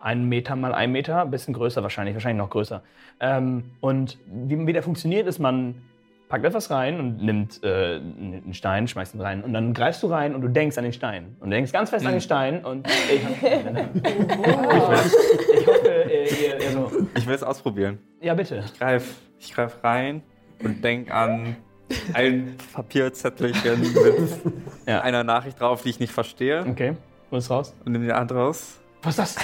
einen Meter mal ein Meter, ein bisschen größer wahrscheinlich, wahrscheinlich noch größer. Ähm, und wie, wie der funktioniert, ist, man packt etwas rein und nimmt äh, einen Stein, schmeißt ihn rein und dann greifst du rein und du denkst an den Stein. Und du denkst ganz fest an den Stein und ich, Mhm. ich hoffe, äh, ihr, ihr so,
Ich will es ausprobieren.
ja, bitte.
Greif. Ich greif rein und denk an ein Papierzettelchen mit
Ja.
einer Nachricht drauf, die ich nicht verstehe.
Okay, wo ist raus?
Und nimm die Hand raus.
Was ist das?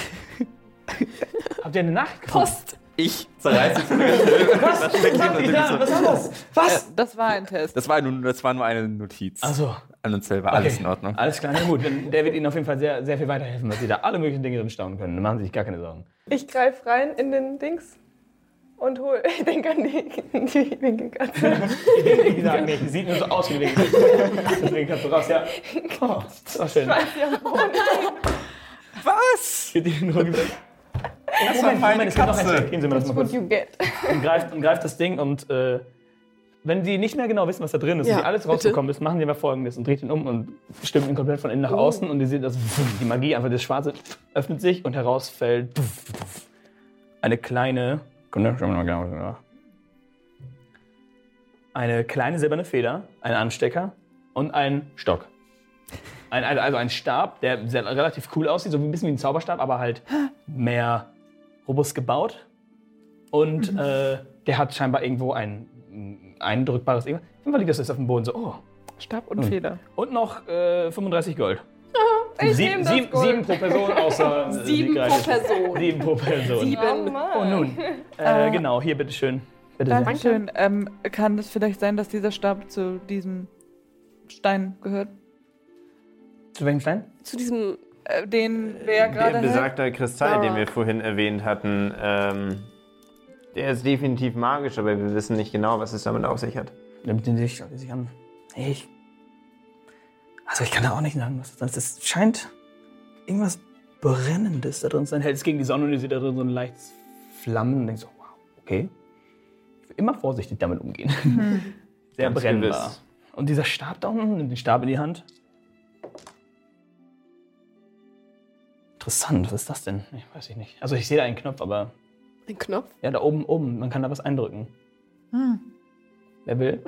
Habt ihr eine Nachricht gekriegt?
Post.
Ich zerreiße es.
Was?
steckt hier natürlich so-
was war das? Was?
Das war ein Test.
Das war, nur, das war nur eine Notiz
Also,
an uns selber.
okay.
Alles in Ordnung.
Alles klar, na gut. Dann, der wird Ihnen auf jeden Fall sehr, sehr viel weiterhelfen, dass Sie da alle möglichen Dinge drin staunen können. Dann machen Sie sich gar keine Sorgen.
Ich greife rein in den Dings und hol. Ich denke an die, die winke Katze.
Wie gesagt, nee, sieht nur so aus wie links. Deswegen kannst du raus, ja. Oh, das war schön.
Was?
Geht Ihnen nur- Moment,
Das war meine
es gibt noch
Katze.
eins. Gehen Sie mir das mal kurz.
What you get.
und greift, und greift das Ding und äh, wenn die nicht mehr genau wissen, was da drin ist
Ja,
und die alles
bitte.
rausgekommen ist, machen die mal folgendes und dreht ihn um und stimmt ihn komplett von innen
Oh.
nach außen und ihr seht, dass die Magie einfach das Schwarze öffnet sich und heraus fällt eine kleine ne, genau, eine kleine silberne Feder, ein Anstecker und ein Stock. Ein, ein- also ein Stab, der sehr, relativ cool aussieht, so ein bisschen wie ein Zauberstab, aber halt mehr robust gebaut. Und
Mhm.
äh, der hat scheinbar irgendwo ein ein eindrückbares irgendwas. Auf jeden Fall liegt das jetzt auf dem Boden so. Oh.
Stab und Feder.
Und noch äh, 35 Gold. Sieb-
nehm das
sieb-
Gold.
Sieben pro Person außer äh,
Sieben
Siegreich
pro
ist-
Person.
Sieben pro Person.
Sieben.
Mann.
Oh nun. Äh, genau, hier bitteschön. Bitte sehr.
Dankeschön. Ähm, kann es vielleicht sein, dass dieser Stab zu diesem Stein gehört?
Zu welchem Stein?
Zu diesem
Äh, den wer
Der
gerade hält?
besagte Kristall,
Ah.
den wir vorhin erwähnt hatten, ähm, der ist definitiv magisch, aber wir wissen nicht genau, was es damit auf sich hat.
Nimmt den sich, schaut ihn sich an. Hey, ich. Also ich kann da auch nicht sagen, was das ist. Es scheint irgendwas Brennendes da drin zu sein. Hält es gegen die Sonne und ihr seht da drin so ein leichtes Flammen und denkt so, wow, okay. Ich will immer vorsichtig damit umgehen. Sehr
Ganz
brennbar.
gewiss.
Und dieser Stab da unten, nimmt den Stab in die Hand. Interessant, was ist das denn? Ich weiß ich nicht. Also ich sehe da einen Knopf, aber
den Knopf.
ja, da oben, oben, man kann da was eindrücken. Wer will?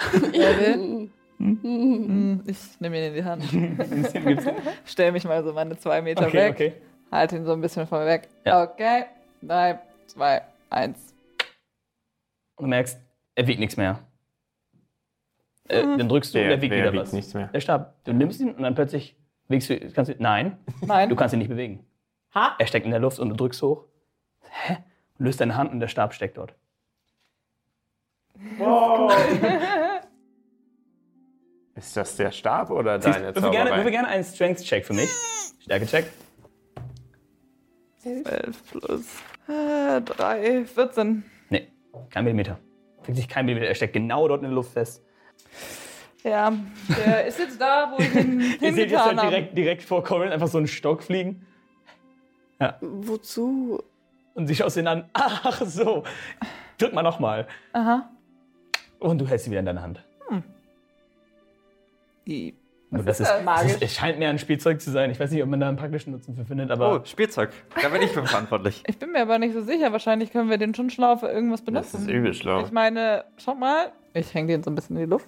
Hm, Ich nehme ihn in die Hand. Stell mich mal so meine zwei Meter weg. Halt ihn so ein bisschen von mir weg.
Ja.
Okay. Drei, zwei, eins.
Und du merkst, er wiegt nichts mehr. Äh, dann drückst du und er wiegt
Hm. wer
wieder
wiegt
was.
nichts mehr.
Der Stab. Du nimmst ihn und dann plötzlich wiegst du, kannst du, nein,
Nein.
du kannst ihn nicht bewegen. Ha? Er steckt in der Luft und du drückst hoch. Hä? Und löst deine Hand und der Stab steckt dort.
Ist das der Stab oder deine
Würfel gerne, würfel
Zauberei?
gerne einen Strength-Check für mich. Stärke-Check.
12 plus äh, drei, 14.
Nee, kein Millimeter. Wirklich kein Millimeter. Er steckt genau dort in der Luft fest.
Ja, der ist jetzt da, wo ich ihn
Ihr seht jetzt
hingetan
halt
habe.
direkt, direkt vor Corin einfach so einen Stock fliegen.
Wozu?
Und sie schaust ihn an. Ach so. Drück mal nochmal.
Aha.
Und du hältst ihn wieder in deiner Hand.
I.
Nur das
äh,
ist, das ist, es scheint mehr ein Spielzeug zu sein. Ich weiß nicht, ob man da einen praktischen Nutzen für findet, aber
Oh, Spielzeug. Da bin ich für verantwortlich.
Ich bin mir aber nicht so sicher. Wahrscheinlich können wir den schon schlau für irgendwas
Das ist
benutzen.
übel schlau.
Ich meine, schau mal. Ich hänge den so ein bisschen in die Luft.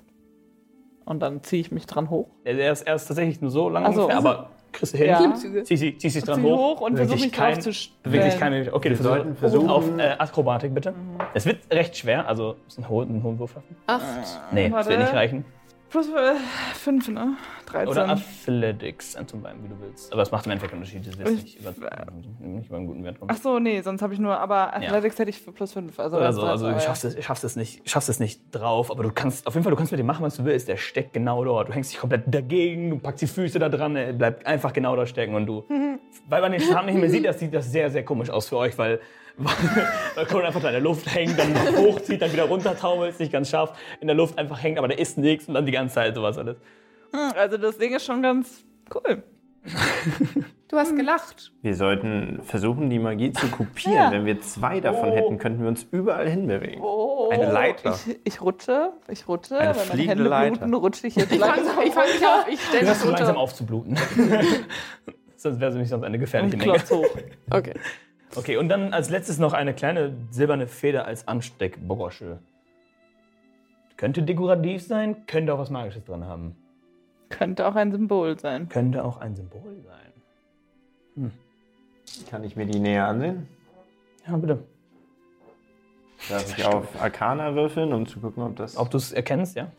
Und dann ziehe ich mich dran hoch.
er, er, ist, er ist tatsächlich nur so lang
Ach so. also
ungefähr, aber kriegst du hin,
Ja.
Klimmzüge.
zieh, sie- zieh sie dran
Zieh
hoch,
hoch und
beweg
versuch
dich
mich
kein-
draufzustellen.
beweg dich keine, okay,
Wir
wir versuchen
sollten versuchen-
auf äh, Akrobatik
Mhm.
bitte. Es wird recht schwer, also ist ein hohen, einen hohen Wurf schaffen.
Acht.
Nee, das
Warte.
wird nicht reichen.
Plus 5, ne? 13.
Oder Athletics, eins von beiden, wie du willst. Aber es macht im Endeffekt einen Unterschied. Das ist jetzt nicht über, nicht über einen guten Wert.
Ach so, nee, sonst habe ich nur, aber Athletics hätte ich für plus 5. Also,
Oder
das
so.
war-
Also
aber
du
ja.
schaffst es, schaffst es nicht, schaffst es nicht drauf, aber du kannst, auf jeden Fall, du kannst mit dem machen, was du willst. Der steckt genau dort. Du hängst dich komplett dagegen, du packst die Füße da dran, er bleibt einfach genau da stecken und du, weil man den Scham nicht mehr sieht, das sieht das sehr, sehr komisch aus für euch, weil weil Conan einfach da in der Luft hängt, dann hochzieht, dann wieder runter taumelt, ist nicht ganz scharf, in der Luft einfach hängt, aber da ist nichts und dann die ganze Zeit sowas alles.
Hm, Also das Ding ist schon ganz cool.
Du hast gelacht.
Wir sollten versuchen, die Magie zu kopieren.
Ja.
Wenn wir zwei davon
Oh.
hätten, könnten wir uns überall hinbewegen.
Eine Leiter.
Ich, ich rutsche, ich rutsche.
Eine
Wenn meine
fliegende
Hände
Leiter.
bluten, rutsche ich jetzt
Ich fang,
langsam.
ich fang mich auf, ich stell
Du
dich
hörst so langsam
runter.
auf zu bluten. sonst wäre es nämlich sonst eine gefährliche
Und
Menge.
klotz hoch.
Okay.
Okay, und dann als letztes noch eine kleine silberne Feder als Ansteckbrosche. Könnte dekorativ sein, könnte auch was Magisches dran haben.
Könnte auch ein Symbol sein.
Könnte auch ein Symbol sein.
Kann ich mir die näher ansehen?
Ja, bitte.
Darf ich auf Arcana würfeln, um zu gucken, ob das.
Ob du es erkennst, ja?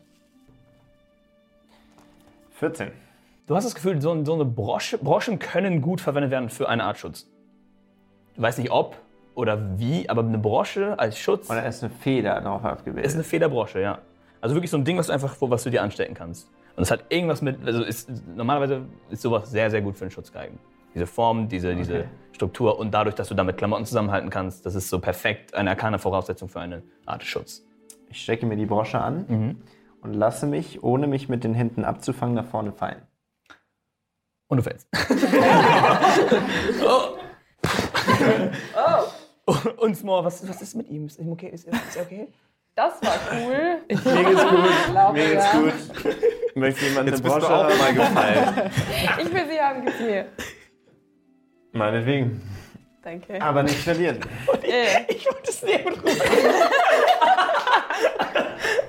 14.
Du hast das Gefühl, so, ein- so eine Brosche, Broschen können gut verwendet werden für eine Art Schutz. Du weißt nicht ob oder wie, aber eine Brosche als Schutz
Oder ist eine Feder noch abgebildet?
ist eine Federbrosche, ja. Also wirklich so ein Ding, was du einfach, wo- was du dir anstecken kannst. Und es hat irgendwas mit, also ist, normalerweise ist sowas sehr, sehr gut für den Schutz geeignet. Diese Form, diese, diese Struktur und dadurch, dass du damit Klamotten zusammenhalten kannst, das ist so perfekt eine arkane Voraussetzung für eine Art Schutz.
ich stecke mir die Brosche an und lasse mich, ohne mich mit den Händen abzufangen, nach vorne fallen.
Und du fällst. oh. oh. Und Smor, was, was ist mit ihm? Ist ihm okay? Ist, er- ist er okay?
Das war cool.
Mir geht's gut.
Glaube,
Mir geht's gut. Möchte jemand
Jetzt
eine
bist du
Brosche
auch
haben?
mal gefallen.
Ich will sie haben, gib's mir.
Meinetwegen.
Danke.
Aber nicht verlieren.
Ich wollte es nehmen.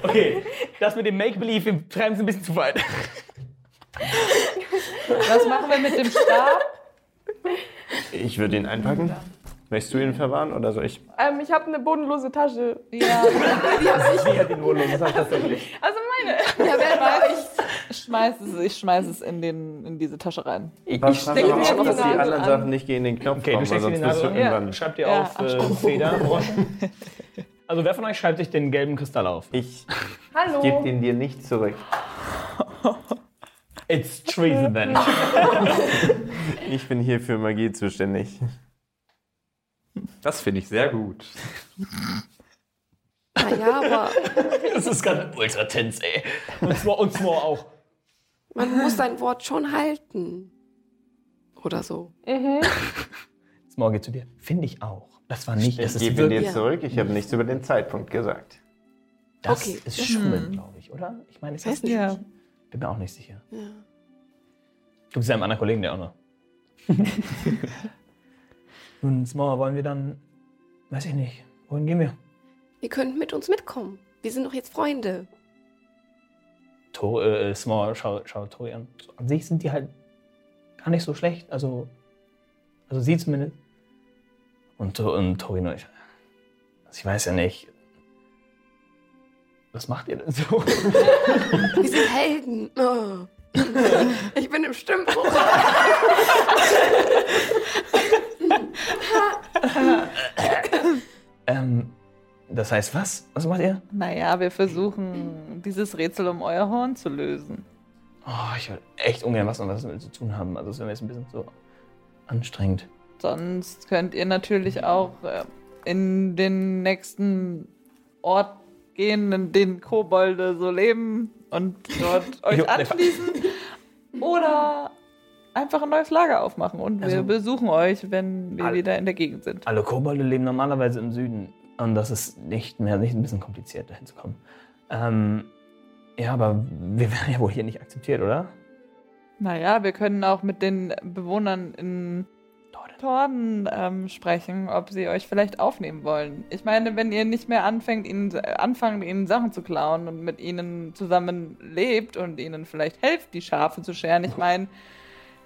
okay, das mit dem Make-Believe, wir treiben es ein bisschen zu weit.
Was machen wir mit dem Stab?
Ich würde ihn einpacken. Möchtest du ihn verwahren oder soll ich?
Ähm, ich habe eine bodenlose Tasche.
Ja,
Sie hat den Wohnung gesagt, tatsächlich.
Also meine.
Ja, wer weiß.
schmeiß es, ich schmeiß es in, den, in diese Tasche rein.
Was ich
stecke mir
auf,
die
dass die
Nadel
anderen
an.
Sachen nicht gegen den Knopf
Okay, du
kommen, weil
steckst dir die
sonst
Nadel
bist du
an.
irgendwann.
also Schreibt ihr
Ja,
auf äh, Feder, Broschen. Also wer von euch schreibt sich den gelben Kristall auf?
Ich gebe
Hallo.
den dir nicht zurück.
It's treason then.
Ich bin hier für Magie zuständig.
Das finde ich sehr gut.
Naja, aber
Das ist gerade ultra tense, ey. Und Smor, und Smor auch.
man muss sein Wort schon halten. Oder so.
Smor geht zu dir. Finde ich auch. Das war nicht, das ist
Ich gebe ihn
wirklich,
dir zurück. Ich habe nichts über den Zeitpunkt gesagt.
das
Okay. Mhm.
ist Schummeln, glaube ich, oder? Ich meine, ist das
Weiß
nicht?
nicht.
Ja.
Bin mir auch nicht sicher.
Ja.
Du bist ja einem anderen Kollegen, der auch noch. Nun, Smor, wollen wir dann. Weiß ich nicht. Wohin gehen wir?
Ihr könnt mit uns mitkommen. Wir sind doch jetzt Freunde.
To äh, Smor, schau, schau Tori an. So, An sich sind die halt gar nicht so schlecht. Also. Also sie zumindest. Und, To- und Tori nur. Ich, also ich weiß ja nicht. Was macht ihr denn so?
Wir sind Helden. Oh. Ich bin im Stimmbruch.
ähm, das heißt, was? Was macht ihr?
Naja, wir versuchen, dieses Rätsel um euer Horn zu lösen.
Oh, ich würde echt ungern was und was damit zu tun haben. Also, das wäre mir jetzt ein bisschen so anstrengend.
Sonst könnt ihr natürlich auch äh, in den nächsten Ort gehen, in den Kobolde so leben und dort
Jo,
euch
der-
anschließen. Oder einfach ein neues Lager aufmachen und wir
Also-
besuchen euch, wenn wir
Al-
wieder in der Gegend sind.
Alle Kobolde leben normalerweise im Süden. Und das ist nicht mehr, nicht ein bisschen kompliziert, dahin zu kommen. Ähm, ja, aber wir werden ja wohl hier nicht akzeptiert, oder?
Naja, wir können auch mit den Bewohnern in
Dort.
Torden ähm, sprechen, ob sie euch vielleicht aufnehmen wollen. Ich meine, wenn ihr nicht mehr anfängt, ihnen, äh, anfangt, ihnen Sachen zu klauen und mit ihnen zusammen lebt und ihnen vielleicht helft, die Schafe zu scheren, ich meine,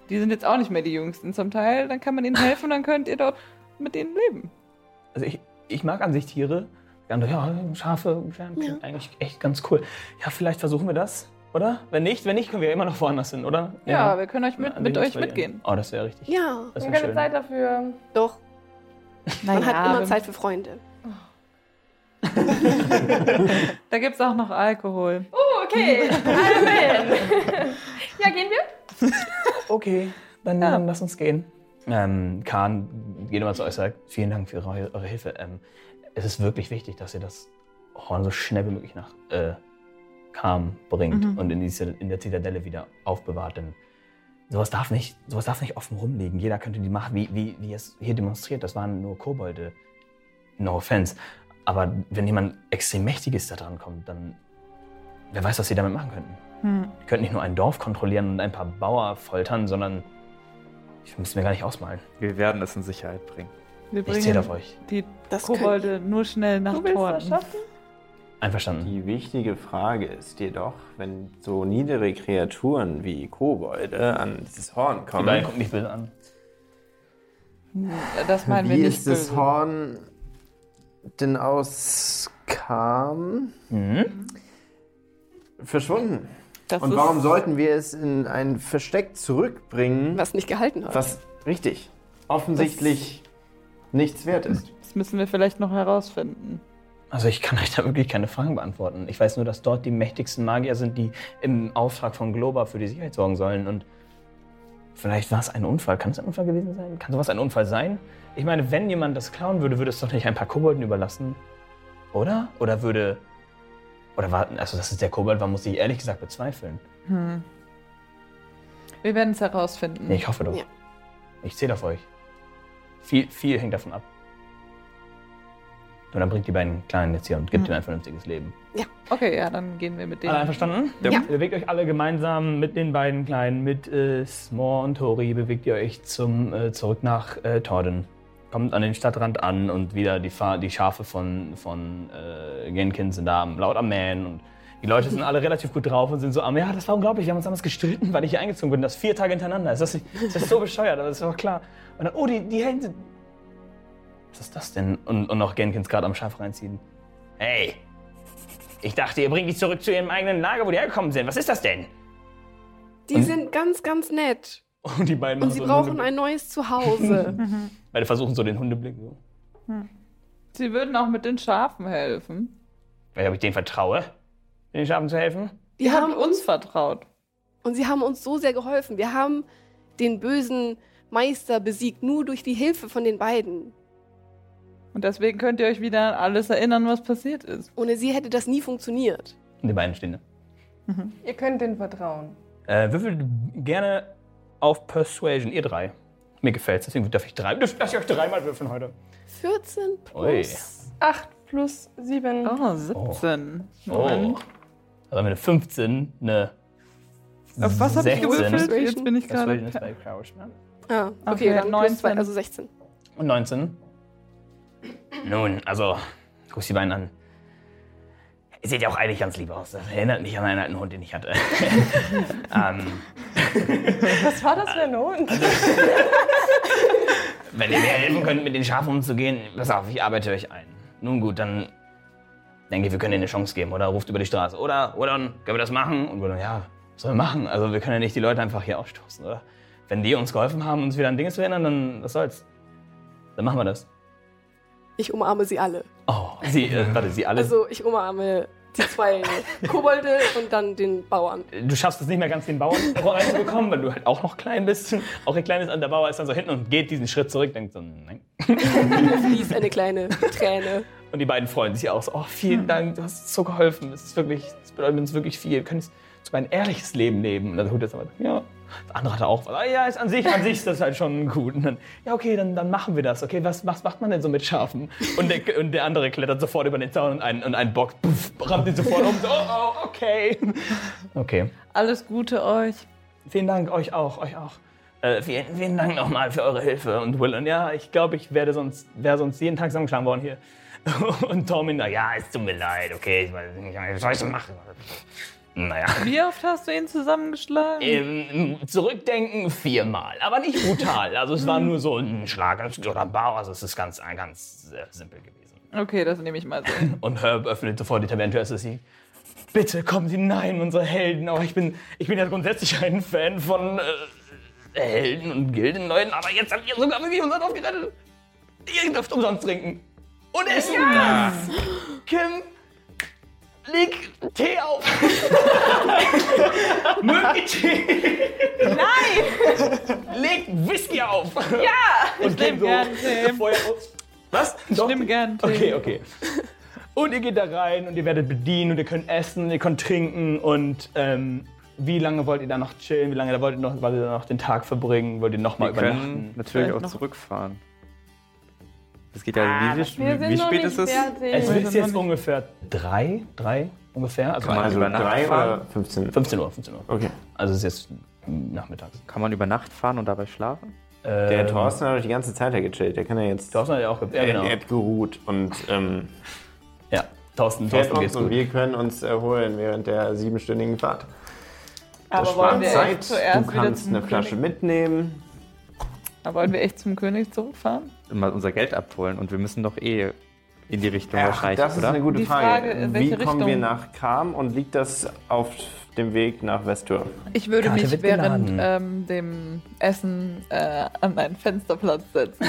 die sind jetzt auch nicht mehr die Jüngsten zum Teil, dann kann man ihnen helfen und dann könnt ihr dort mit ihnen leben.
Also, ich, ich mag an sich Tiere. Ja, ja, Schafe, Scheren, klingt eigentlich echt ganz cool. Ja, vielleicht versuchen wir das. Oder? Wenn nicht, wenn nicht, können wir immer noch woanders hin, oder?
Ja, wir können euch mit,
An
mit
den
euch
verlieren.
mitgehen.
Oh, das wäre richtig.
Ja,
Das
Wir
wäre
haben keine
schön.
Zeit dafür.
doch. Man
Naja,
hat immer
wir-
Zeit für Freunde.
Da gibt's auch noch Alkohol.
Oh, okay. Amen. ja, gehen wir?
Okay, dann
Ja.
ähm, lass uns gehen. Ähm, Kahn geht immer zu euch und sagt, vielen Dank für eure, eure Hilfe. Ähm, es ist wirklich wichtig, dass ihr das Horn so schnell wie möglich nach äh, Kam bringt und in, diese, in der Zitadelle wieder aufbewahrt. Denn sowas darf nicht, sowas darf nicht offen rumliegen. Jeder könnte die machen, wie, wie, wie es hier demonstriert. Das waren nur Kobolde. No offense. Aber wenn jemand extrem Mächtiges da dran kommt, dann wer weiß, was sie damit machen könnten. Die könnten nicht nur ein Dorf kontrollieren und ein paar Bauer foltern, sondern ich muss mir gar nicht ausmalen.
Wir werden es in Sicherheit bringen.
Wir
Ich zähle auf
bringen
euch.
die
Das
Kobolde nur schnell nach
Du willst das
Thornton.
schaffen?
Einverstanden.
Die wichtige Frage ist jedoch, wenn so niedere Kreaturen wie Kobolde an dieses Horn
Die
kommen,
beiden gucken mich böse an.
Das meinen wir
wie
nicht
ist das
böse.
Horn denn aus Kam
Mhm.
verschwunden?
Das
Und
ist-
warum sollten wir es in ein Versteck zurückbringen,
Was nicht gehalten hat.
was richtig offensichtlich nichts wert ist?
Das müssen wir vielleicht noch herausfinden.
Also ich kann euch da wirklich keine Fragen beantworten. Ich weiß nur, dass dort die mächtigsten Magier sind, die im Auftrag von Globa für die Sicherheit sorgen sollen. Und vielleicht war es ein Unfall. Kann es ein Unfall gewesen sein? Kann sowas ein Unfall sein? Ich meine, wenn jemand das klauen würde, würde es doch nicht ein paar Kobolden überlassen. Oder? Oder würde... Oder warten, also dass es der Kobold war, muss ich ehrlich gesagt bezweifeln.
Wir werden es herausfinden.
Nee, ich hoffe doch.
Ja.
Ich zähle auf euch. Viel, viel hängt davon ab. Und dann bringt die beiden Kleinen jetzt hier und gibt ihnen ein vernünftiges Leben.
Okay, ja, dann gehen wir mit denen.
Alle einverstanden?
Ja.
Bewegt euch alle gemeinsam mit den beiden Kleinen, mit äh, Smor und Tori, bewegt ihr euch zum, äh, zurück nach äh, Torden. Kommt an den Stadtrand an und wieder die, Fa die Schafe von, von äh, Genkin sind da am- laut am Mähen und die Leute sind alle relativ gut drauf und sind so am, ja, das war unglaublich, wir haben uns damals gestritten, weil ich hier eingezogen bin, das vier Tage hintereinander. Ist das, nicht, ist das so bescheuert, aber das ist doch klar. Und dann, oh, die, die Hände. Was ist das denn? Und, und noch Genkins gerade am Schaf reinziehen. Hey, ich dachte, ihr bringt die zurück zu ihrem eigenen Lager, wo die hergekommen sind. Was ist das denn?
Die sind ganz, ganz nett.
Und die beiden
Und
machen
sie
so einen
brauchen
Hunde-
ein neues Zuhause.
Beide versuchen so den Hundeblick. So.
Sie würden auch mit den Schafen helfen.
Vielleicht ob ich denen vertraue, den Schafen zu helfen.
Die
Ihr habt
haben
uns vertraut.
Und sie haben uns so sehr geholfen. Wir haben den bösen Meister besiegt, nur durch die Hilfe von den beiden.
Und deswegen könnt ihr euch wieder an alles erinnern, was passiert ist.
Ohne sie hätte das nie funktioniert.
Und die beiden stehen da.
Ihr könnt denen vertrauen.
Äh, würfelt gerne auf Persuasion, ihr drei. Mir gefällt's, deswegen darf ich drei. Dürft darf ich euch dreimal würfeln heute.
14
Ui.
plus.
8 plus 7.
Oh, 17.
Oh.
Moment.
Also haben wir eine 15, eine.
Auf was habt ihr
16.
gewürfelt? Jetzt bin ich
Persuasion
gerade.
ist bei Crouch, ne?
Ah, okay,
Okay,
dann
19.
plus 2, also 16.
Und 19. Nun, also, guck die beiden an. Ihr seht ja auch eigentlich ganz lieb aus. Das erinnert mich an einen alten Hund, den ich hatte. ähm,
Was war das Oh, für ein
Also,
Hund?
wenn ihr mir helfen könnt, mit den Schafen umzugehen, pass auf, ich arbeite euch ein. Nun gut, dann denke ich, wir können ihnen eine Chance geben. Oder ruft über die Straße. Oder, oder, können wir das machen? Und Woodon, ja, was sollen wir machen? Also, wir können ja nicht die Leute einfach hier ausstoßen, oder? Wenn die uns geholfen haben, uns wieder an Dinge zu erinnern, dann was soll's. Dann machen wir das.
Ich umarme sie alle.
Oh, sie, äh, warte, sie alle.
Also ich umarme die zwei Kobolde und dann den Bauern.
du schaffst es nicht mehr ganz den Bauern reinzubekommen, weil du halt auch noch klein bist. Auch ihr kleines der Bauer ist dann so hinten und geht diesen Schritt zurück, denkt so, nein.
Fließt eine kleine Träne.
Und die beiden freuen sich auch so, oh, vielen Dank, du hast uns so geholfen. Es ist wirklich, es bedeutet uns wirklich viel. Wir können jetzt sogar ein ehrliches Leben leben. Und dann holt er aber, ja. Der andere hatte auch was. Ah, ja, ist an sich, an sich ist das halt schon gut. Und dann, ja, okay, dann, dann machen wir das. Okay, was, was macht man denn so mit Schafen? Und der, und der andere klettert sofort über den Zaun und ein, und ein Bock puff, rammt ihn sofort um. So, oh, oh, okay. Okay.
Alles Gute euch.
Vielen Dank, euch auch, euch auch. Äh, vielen, vielen Dank nochmal für eure Hilfe und Will. Und ja, ich glaube, ich werde sonst, wäre sonst jeden Tag zusammengeschlagen worden hier. Und Tormin, na ja, es tut mir leid, okay, ich weiß nicht, was soll ich denn machen? Naja.
Wie oft hast du ihn zusammengeschlagen?
Äh.
Ähm, zurückdenken viermal, aber nicht brutal. Also es war nur so ein Schlag oder ein Bauch, also es ist ganz, ganz äh, simpel gewesen.
Okay, das nehme ich mal so.
Und Herb öffnet sofort die Tabellentür, als er sie. Bitte kommen Sie, nein, unsere Helden. Aber ich bin, ich bin ja grundsätzlich ein Fan von äh, Helden und Gildenleuten. Aber jetzt habt ihr sogar wirklich unser Dorf gerettet. Ihr dürft umsonst trinken. Und essen. Kim, leg Tee auf. Mögt ihr Tee? Nein. Leg Whisky auf. Ja. Und Kim so
gern Tee.
Feuer. Was? Doch.
Nimm gern Tee.
Okay, okay. Und ihr geht da rein und ihr werdet bedient und ihr könnt essen und ihr könnt trinken und ähm, wie lange wollt ihr da noch chillen? Wie lange wollt ihr noch, wollt ihr da noch den Tag verbringen? Wollt ihr nochmal
Wir
übernachten?
können natürlich auch
noch-
zurückfahren. Ah, Das geht ja. wie wie,
Wir sind
wie
noch
spät
nicht
ist es?
fertig.
Es ist jetzt ungefähr drei, drei ungefähr, also
man-
Also
Über Nacht
3
fahren?
oder 15?
15 Uhr, 15 Uhr.
Okay.
Also es ist jetzt nachmittags. Ähm,
Kann man über Nacht fahren und dabei schlafen?
Der Thorsten hat doch die ganze Zeit ja gechillt. Der kann ja jetzt.
Thorsten hat ja auch ge- ja,
Er-
genau.
Er hat geruht und ähm,
Ja, Thorsten,
fährt
Thorsten
uns
geht's
und
gut.
wir können uns erholen während der siebenstündigen Fahrt.
Aber wollen wir echt
du
zuerst wieder
kannst
zum
eine Flasche
König?
mitnehmen.
Aber wollen wir echt zum König zurückfahren?
Immer unser Geld abholen und wir müssen doch eh in die Richtung
Ach,
wahrscheinlich,
das ist
oder?
eine gute
Die
Frage.
Frage, in
Wie
welche
kommen wir
Richtung?
nach Kam und liegt das auf dem Weg nach Westur?
Ich würde
Karte
mich
wird
während
geladen.
ähm, dem Essen äh, an einen Fensterplatz setzen.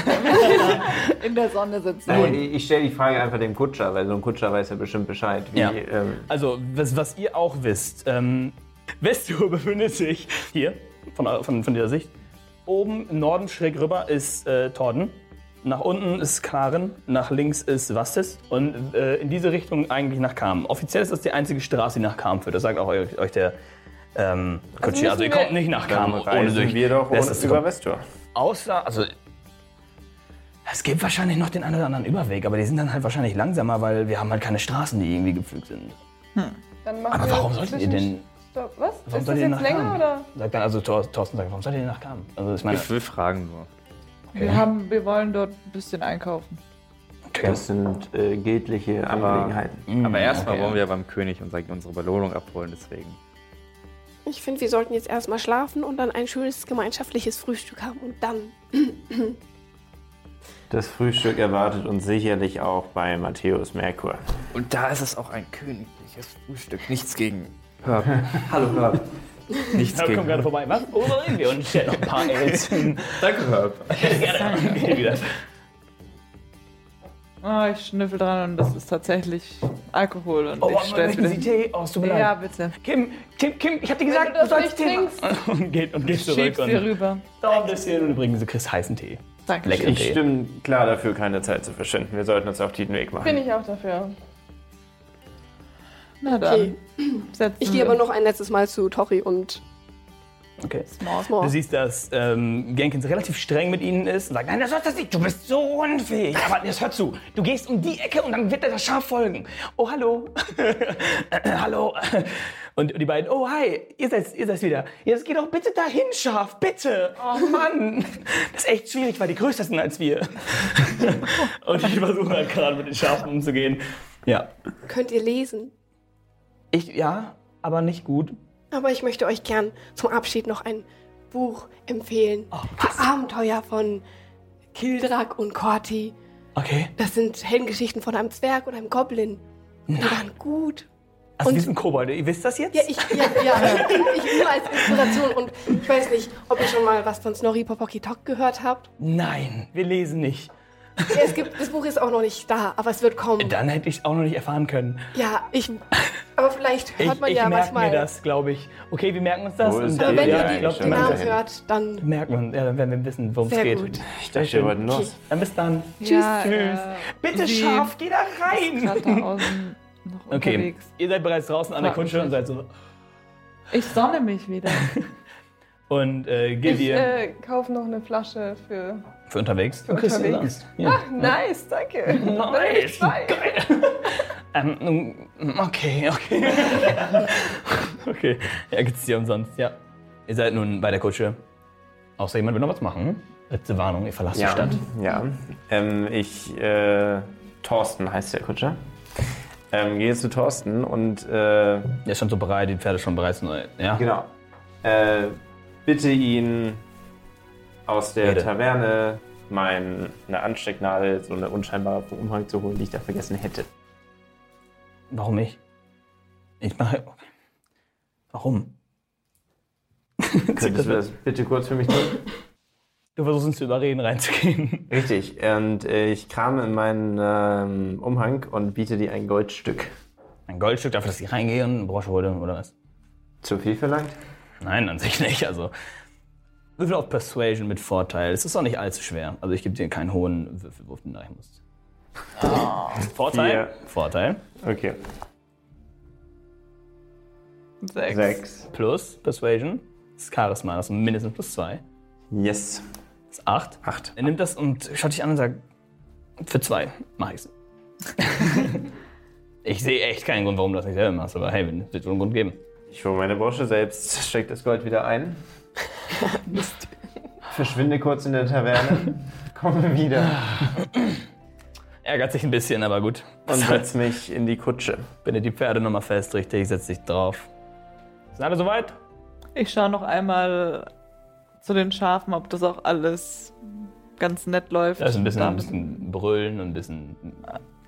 In der Sonne sitzen.
Nein, Äh, ich- ich stelle die Frage einfach dem Kutscher, weil so ein Kutscher weiß ja bestimmt Bescheid. Wie,
Ja.
ähm,
Also, was, was ihr auch wisst, ähm, Westur befindet sich hier, von, eu- von, von dieser Sicht. Oben im Norden schräg rüber ist äh, Torden. Nach unten ist Karen, nach links ist Vastes und äh, in diese Richtung eigentlich nach Kam. Offiziell ist das die einzige Straße, die nach Kam führt. Das sagt auch eu- euch der ähm, Kutscher. Also, ihr
müssen wir-
kommt nicht nach
dann
Kam ohne
reisen
durch.
wir doch
das
ohne-
ist-
über Westur.
Außer, also es gibt wahrscheinlich noch den einen oder anderen Überweg, aber die sind dann halt wahrscheinlich langsamer, weil wir haben halt keine Straßen, die irgendwie gepflügt sind.
Hm. Dann machen
Aber
wir
warum solltet ihr denn
Stopp. Was?
Warum
ist
soll
das
die
jetzt
nach
länger
Kamen?
oder?
Sagt dann also Thor- Thorsten sagt, warum seid ihr denn nach Kamen? Also ich meine,
Ich will fragen nur.
Wir, haben, wir wollen dort ein bisschen einkaufen.
okay. Hm,
Das sind äh, giltliche Angelegenheiten.
Aber erstmal wollen wir ja beim König und sagen, unsere Belohnung abholen, deswegen.
Ich finde, wir sollten jetzt erstmal schlafen und dann ein schönes gemeinschaftliches Frühstück haben und dann.
Das Frühstück erwartet uns sicherlich auch bei Matthäus Merkur.
Und da ist es auch ein königliches Frühstück. Nichts gegen Herb. Hallo Herb. Nichts
Herb kommt gerade
gegen.
vorbei. Was? Wo sind wir? Und stellt noch ein paar Aids hin.
Danke Herb.
Gerne. Geht wieder.
Ah, ich schnüffel dran und das ist tatsächlich Alkohol. Und
Oh,
ich stelle
möchten Sie
wieder.
Tee? Oh, es tut mir
Ja,
leid.
bitte.
Kim, Kim, Kim, ich hab dir gesagt,
Wenn du das
sollst
nicht
Tee machen. Und geht, und geht zurück
Schieb's dir
und
rüber.
dauert ein bisschen und übrigens, du kriegst heißen Tee.
Danke.
Lecker.
Ich stimme klar dafür, keine Zeit zu verschwenden. Wir sollten uns auf den Weg machen.
Bin ich auch dafür.
Na dann.
Okay.
Setzen
Ich
wir
gehe aber noch ein letztes Mal zu Tori und
Okay.
Small.
Du siehst, dass ähm, Jenkins relativ streng mit ihnen ist und sagt, nein, das sollst das nicht, du bist so unfähig. Aber jetzt hör zu, du gehst um die Ecke und dann wird dir das Schaf folgen. Oh, hallo. Äh, hallo. Und die beiden, oh, hi, ihr seid, ihr seid wieder. Jetzt geh doch bitte dahin, Schaf, bitte. Oh Mann. Das ist echt schwierig, weil die größer sind als wir. und ich versuche halt gerade mit den Schafen umzugehen. Ja.
könnt ihr lesen.
Ich, ja, aber nicht gut.
Aber ich möchte euch gern zum Abschied noch ein Buch empfehlen. Die Abenteuer von Kildrak und Corti.
Okay.
Das sind Heldengeschichten von einem Zwerg und einem Goblin. Die waren gut.
Also
Und-
wir sind Kobolde, ihr wisst das jetzt?
Ja, ich, ja, ja, ich nur als Inspiration und ich weiß nicht, ob ihr schon mal was von Snorri Popoki Tok gehört habt.
Nein, wir lesen nicht.
Ja, es gibt, das Buch ist auch noch nicht da, aber es wird kommen.
Dann hätte ich es auch noch nicht erfahren können.
Ja, ich, aber vielleicht hört
ich
man
ich
ja
merke
manchmal.
mir das, glaube ich. Okay, wir merken uns das.
Wo ist
Aber
Ja,
wenn
ja,
ihr die,
ich glaub,
die
man
Namen
dahin.
hört, dann
merkt man, ja, dann werden wir wissen, worum es
Sehr
geht.
gut.
Ich dachte, wir wollten los.
Dann bis dann.
Ja,
tschüss,
äh,
tschüss. Bitte
wie-
Schaf, geh da rein.
gerade außen noch
Okay,
unterwegs.
ihr seid bereits draußen an der Kutsche und seid so.
Ich sonne mich wieder.
Und äh, geht
Ich
ihr
äh, kaufe noch eine Flasche für.
für unterwegs? Für unterwegs. Ja.
Nice, danke.
Nice.
zwei.
Geil. ähm, mm, okay, okay. okay, ja, gibt's dir umsonst, ja. Ihr seid nun bei der Kutsche. Außer jemand will noch was machen. Letzte Warnung, ihr verlasst die Stadt.
Ja. Ähm, ich, äh, Thorsten heißt der Kutscher. Ähm, gehe zu Thorsten und, äh,
Der ist schon so bereit, die Pferde schon bereit sind. Ja?
genau. Äh, bitte ihn aus der
Bitte.
Taverne meine Anstecknadel, so eine unscheinbare vom Umhang zu holen, die ich da vergessen hätte.
Warum nicht?
Ich mache. Warum?
Könntest du das bitte kurz für mich tun?
Du versuchst uns zu überreden, reinzugehen.
Richtig. Und äh, ich kram in meinen ähm, Umhang und biete dir ein Goldstück.
Ein Goldstück dafür, dass ich reingehe und eine Brosche hole, oder was?
Zu viel verlangt?
Nein, an sich nicht. Also, würfel auf Persuasion mit Vorteil. Es ist auch nicht allzu schwer. Also, ich gebe dir keinen hohen Würfelwurf, den du erreichen musst. Ah. Vorteil?
Vier.
Vorteil.
Okay.
Sechs.
Sechs.
Plus Persuasion. Das ist Charisma. Das ist mindestens plus zwei.
Yes.
Das ist acht.
Acht.
Er nimmt das und schaut dich an und sagt: Für zwei mach ich's. ich sehe echt keinen Grund, warum du das nicht selber machst. Aber hey, wird wird wohl einen Grund geben.
Ich hole meine Brosche selbst, steck das Gold wieder ein. Verschwinde kurz in der Taverne, komme wieder
Ärgert sich ein bisschen, aber gut.
und setz mich in die Kutsche.
Binde die Pferde nochmal fest, richtig, setz dich drauf. Sind alle soweit?
Ich schaue noch einmal zu den Schafen, ob das auch alles ganz nett läuft.
Da ist ein bisschen,
Da-
ein bisschen Brüllen und ein bisschen.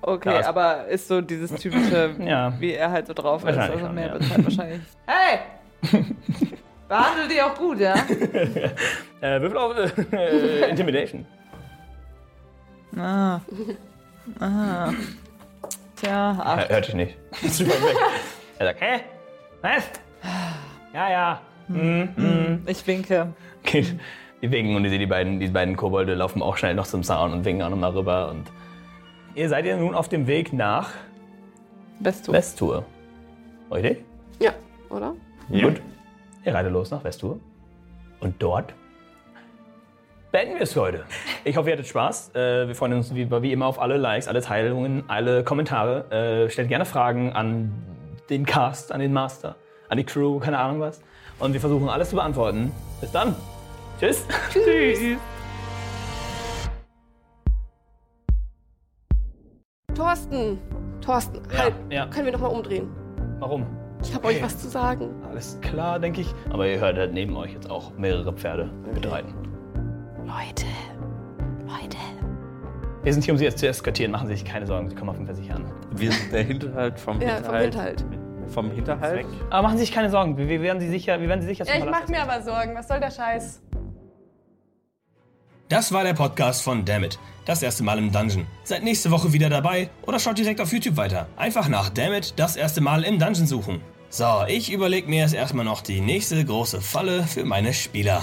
Okay,
da ist-
aber ist so dieses typische,
Ja.
wie er halt so drauf ist.
Wahrscheinlich
Also
schon,
mehr
ja.
wird's halt wahrscheinlich. Hey! Behandelt die auch gut, ja?
Äh, würfel auf äh, Intimidation.
Ah. Ah. Tja,
Er
ach.
hört dich nicht. Ist super weg. Er sagt, hä? Was? Ja, ja.
Ich winke.
Geht. Die winken und ihr seht, die beiden, die beiden Kobolde laufen auch schnell noch zum Zaun und winken auch nochmal rüber. Und ihr seid ja nun auf dem Weg nach
Bestu.
Westur. Richtig?
Ja, oder?
Gut.
Ihr reitet los nach Westur. Und dort beenden wir es für heute. Ich hoffe, ihr hattet Spaß. Äh, wir freuen uns wie, wie immer auf alle Likes, alle Teilungen, alle Kommentare. Äh, stellt gerne Fragen an den Cast, an den Master, an die Crew, keine Ahnung was. Und wir versuchen alles zu beantworten. Bis dann. Tschüss. Tschüss.
Thorsten! Thorsten,
Ja,
halt!
ja.
Können wir nochmal umdrehen?
Warum?
Ich habe euch was zu sagen.
Alles klar, denke ich. Aber ihr hört halt neben euch jetzt auch mehrere Pferde betreiben.
Leute, Leute.
Wir sind hier, um sie jetzt zu eskortieren. Machen Sie sich keine Sorgen, sie kommen auf jeden Fall sicher an.
Wir sind der Hinterhalt vom
Ja, halt. vom
Hinterhalt.
Hinterhalt.
Vom Hinterhalt.
Aber machen Sie sich keine Sorgen, wir, wir werden sie sicher, wir werden sie sicher zum
Ja, ich
Palast
mache mir aber Sorgen. Was soll der Scheiß?
Das war der Podcast von Dammit. Das erste Mal im Dungeon. Seid nächste Woche wieder dabei oder schaut direkt auf YouTube weiter. Einfach nach Dammit das erste Mal im Dungeon suchen. So, ich überlege mir jetzt erstmal noch die nächste große Falle für meine Spieler.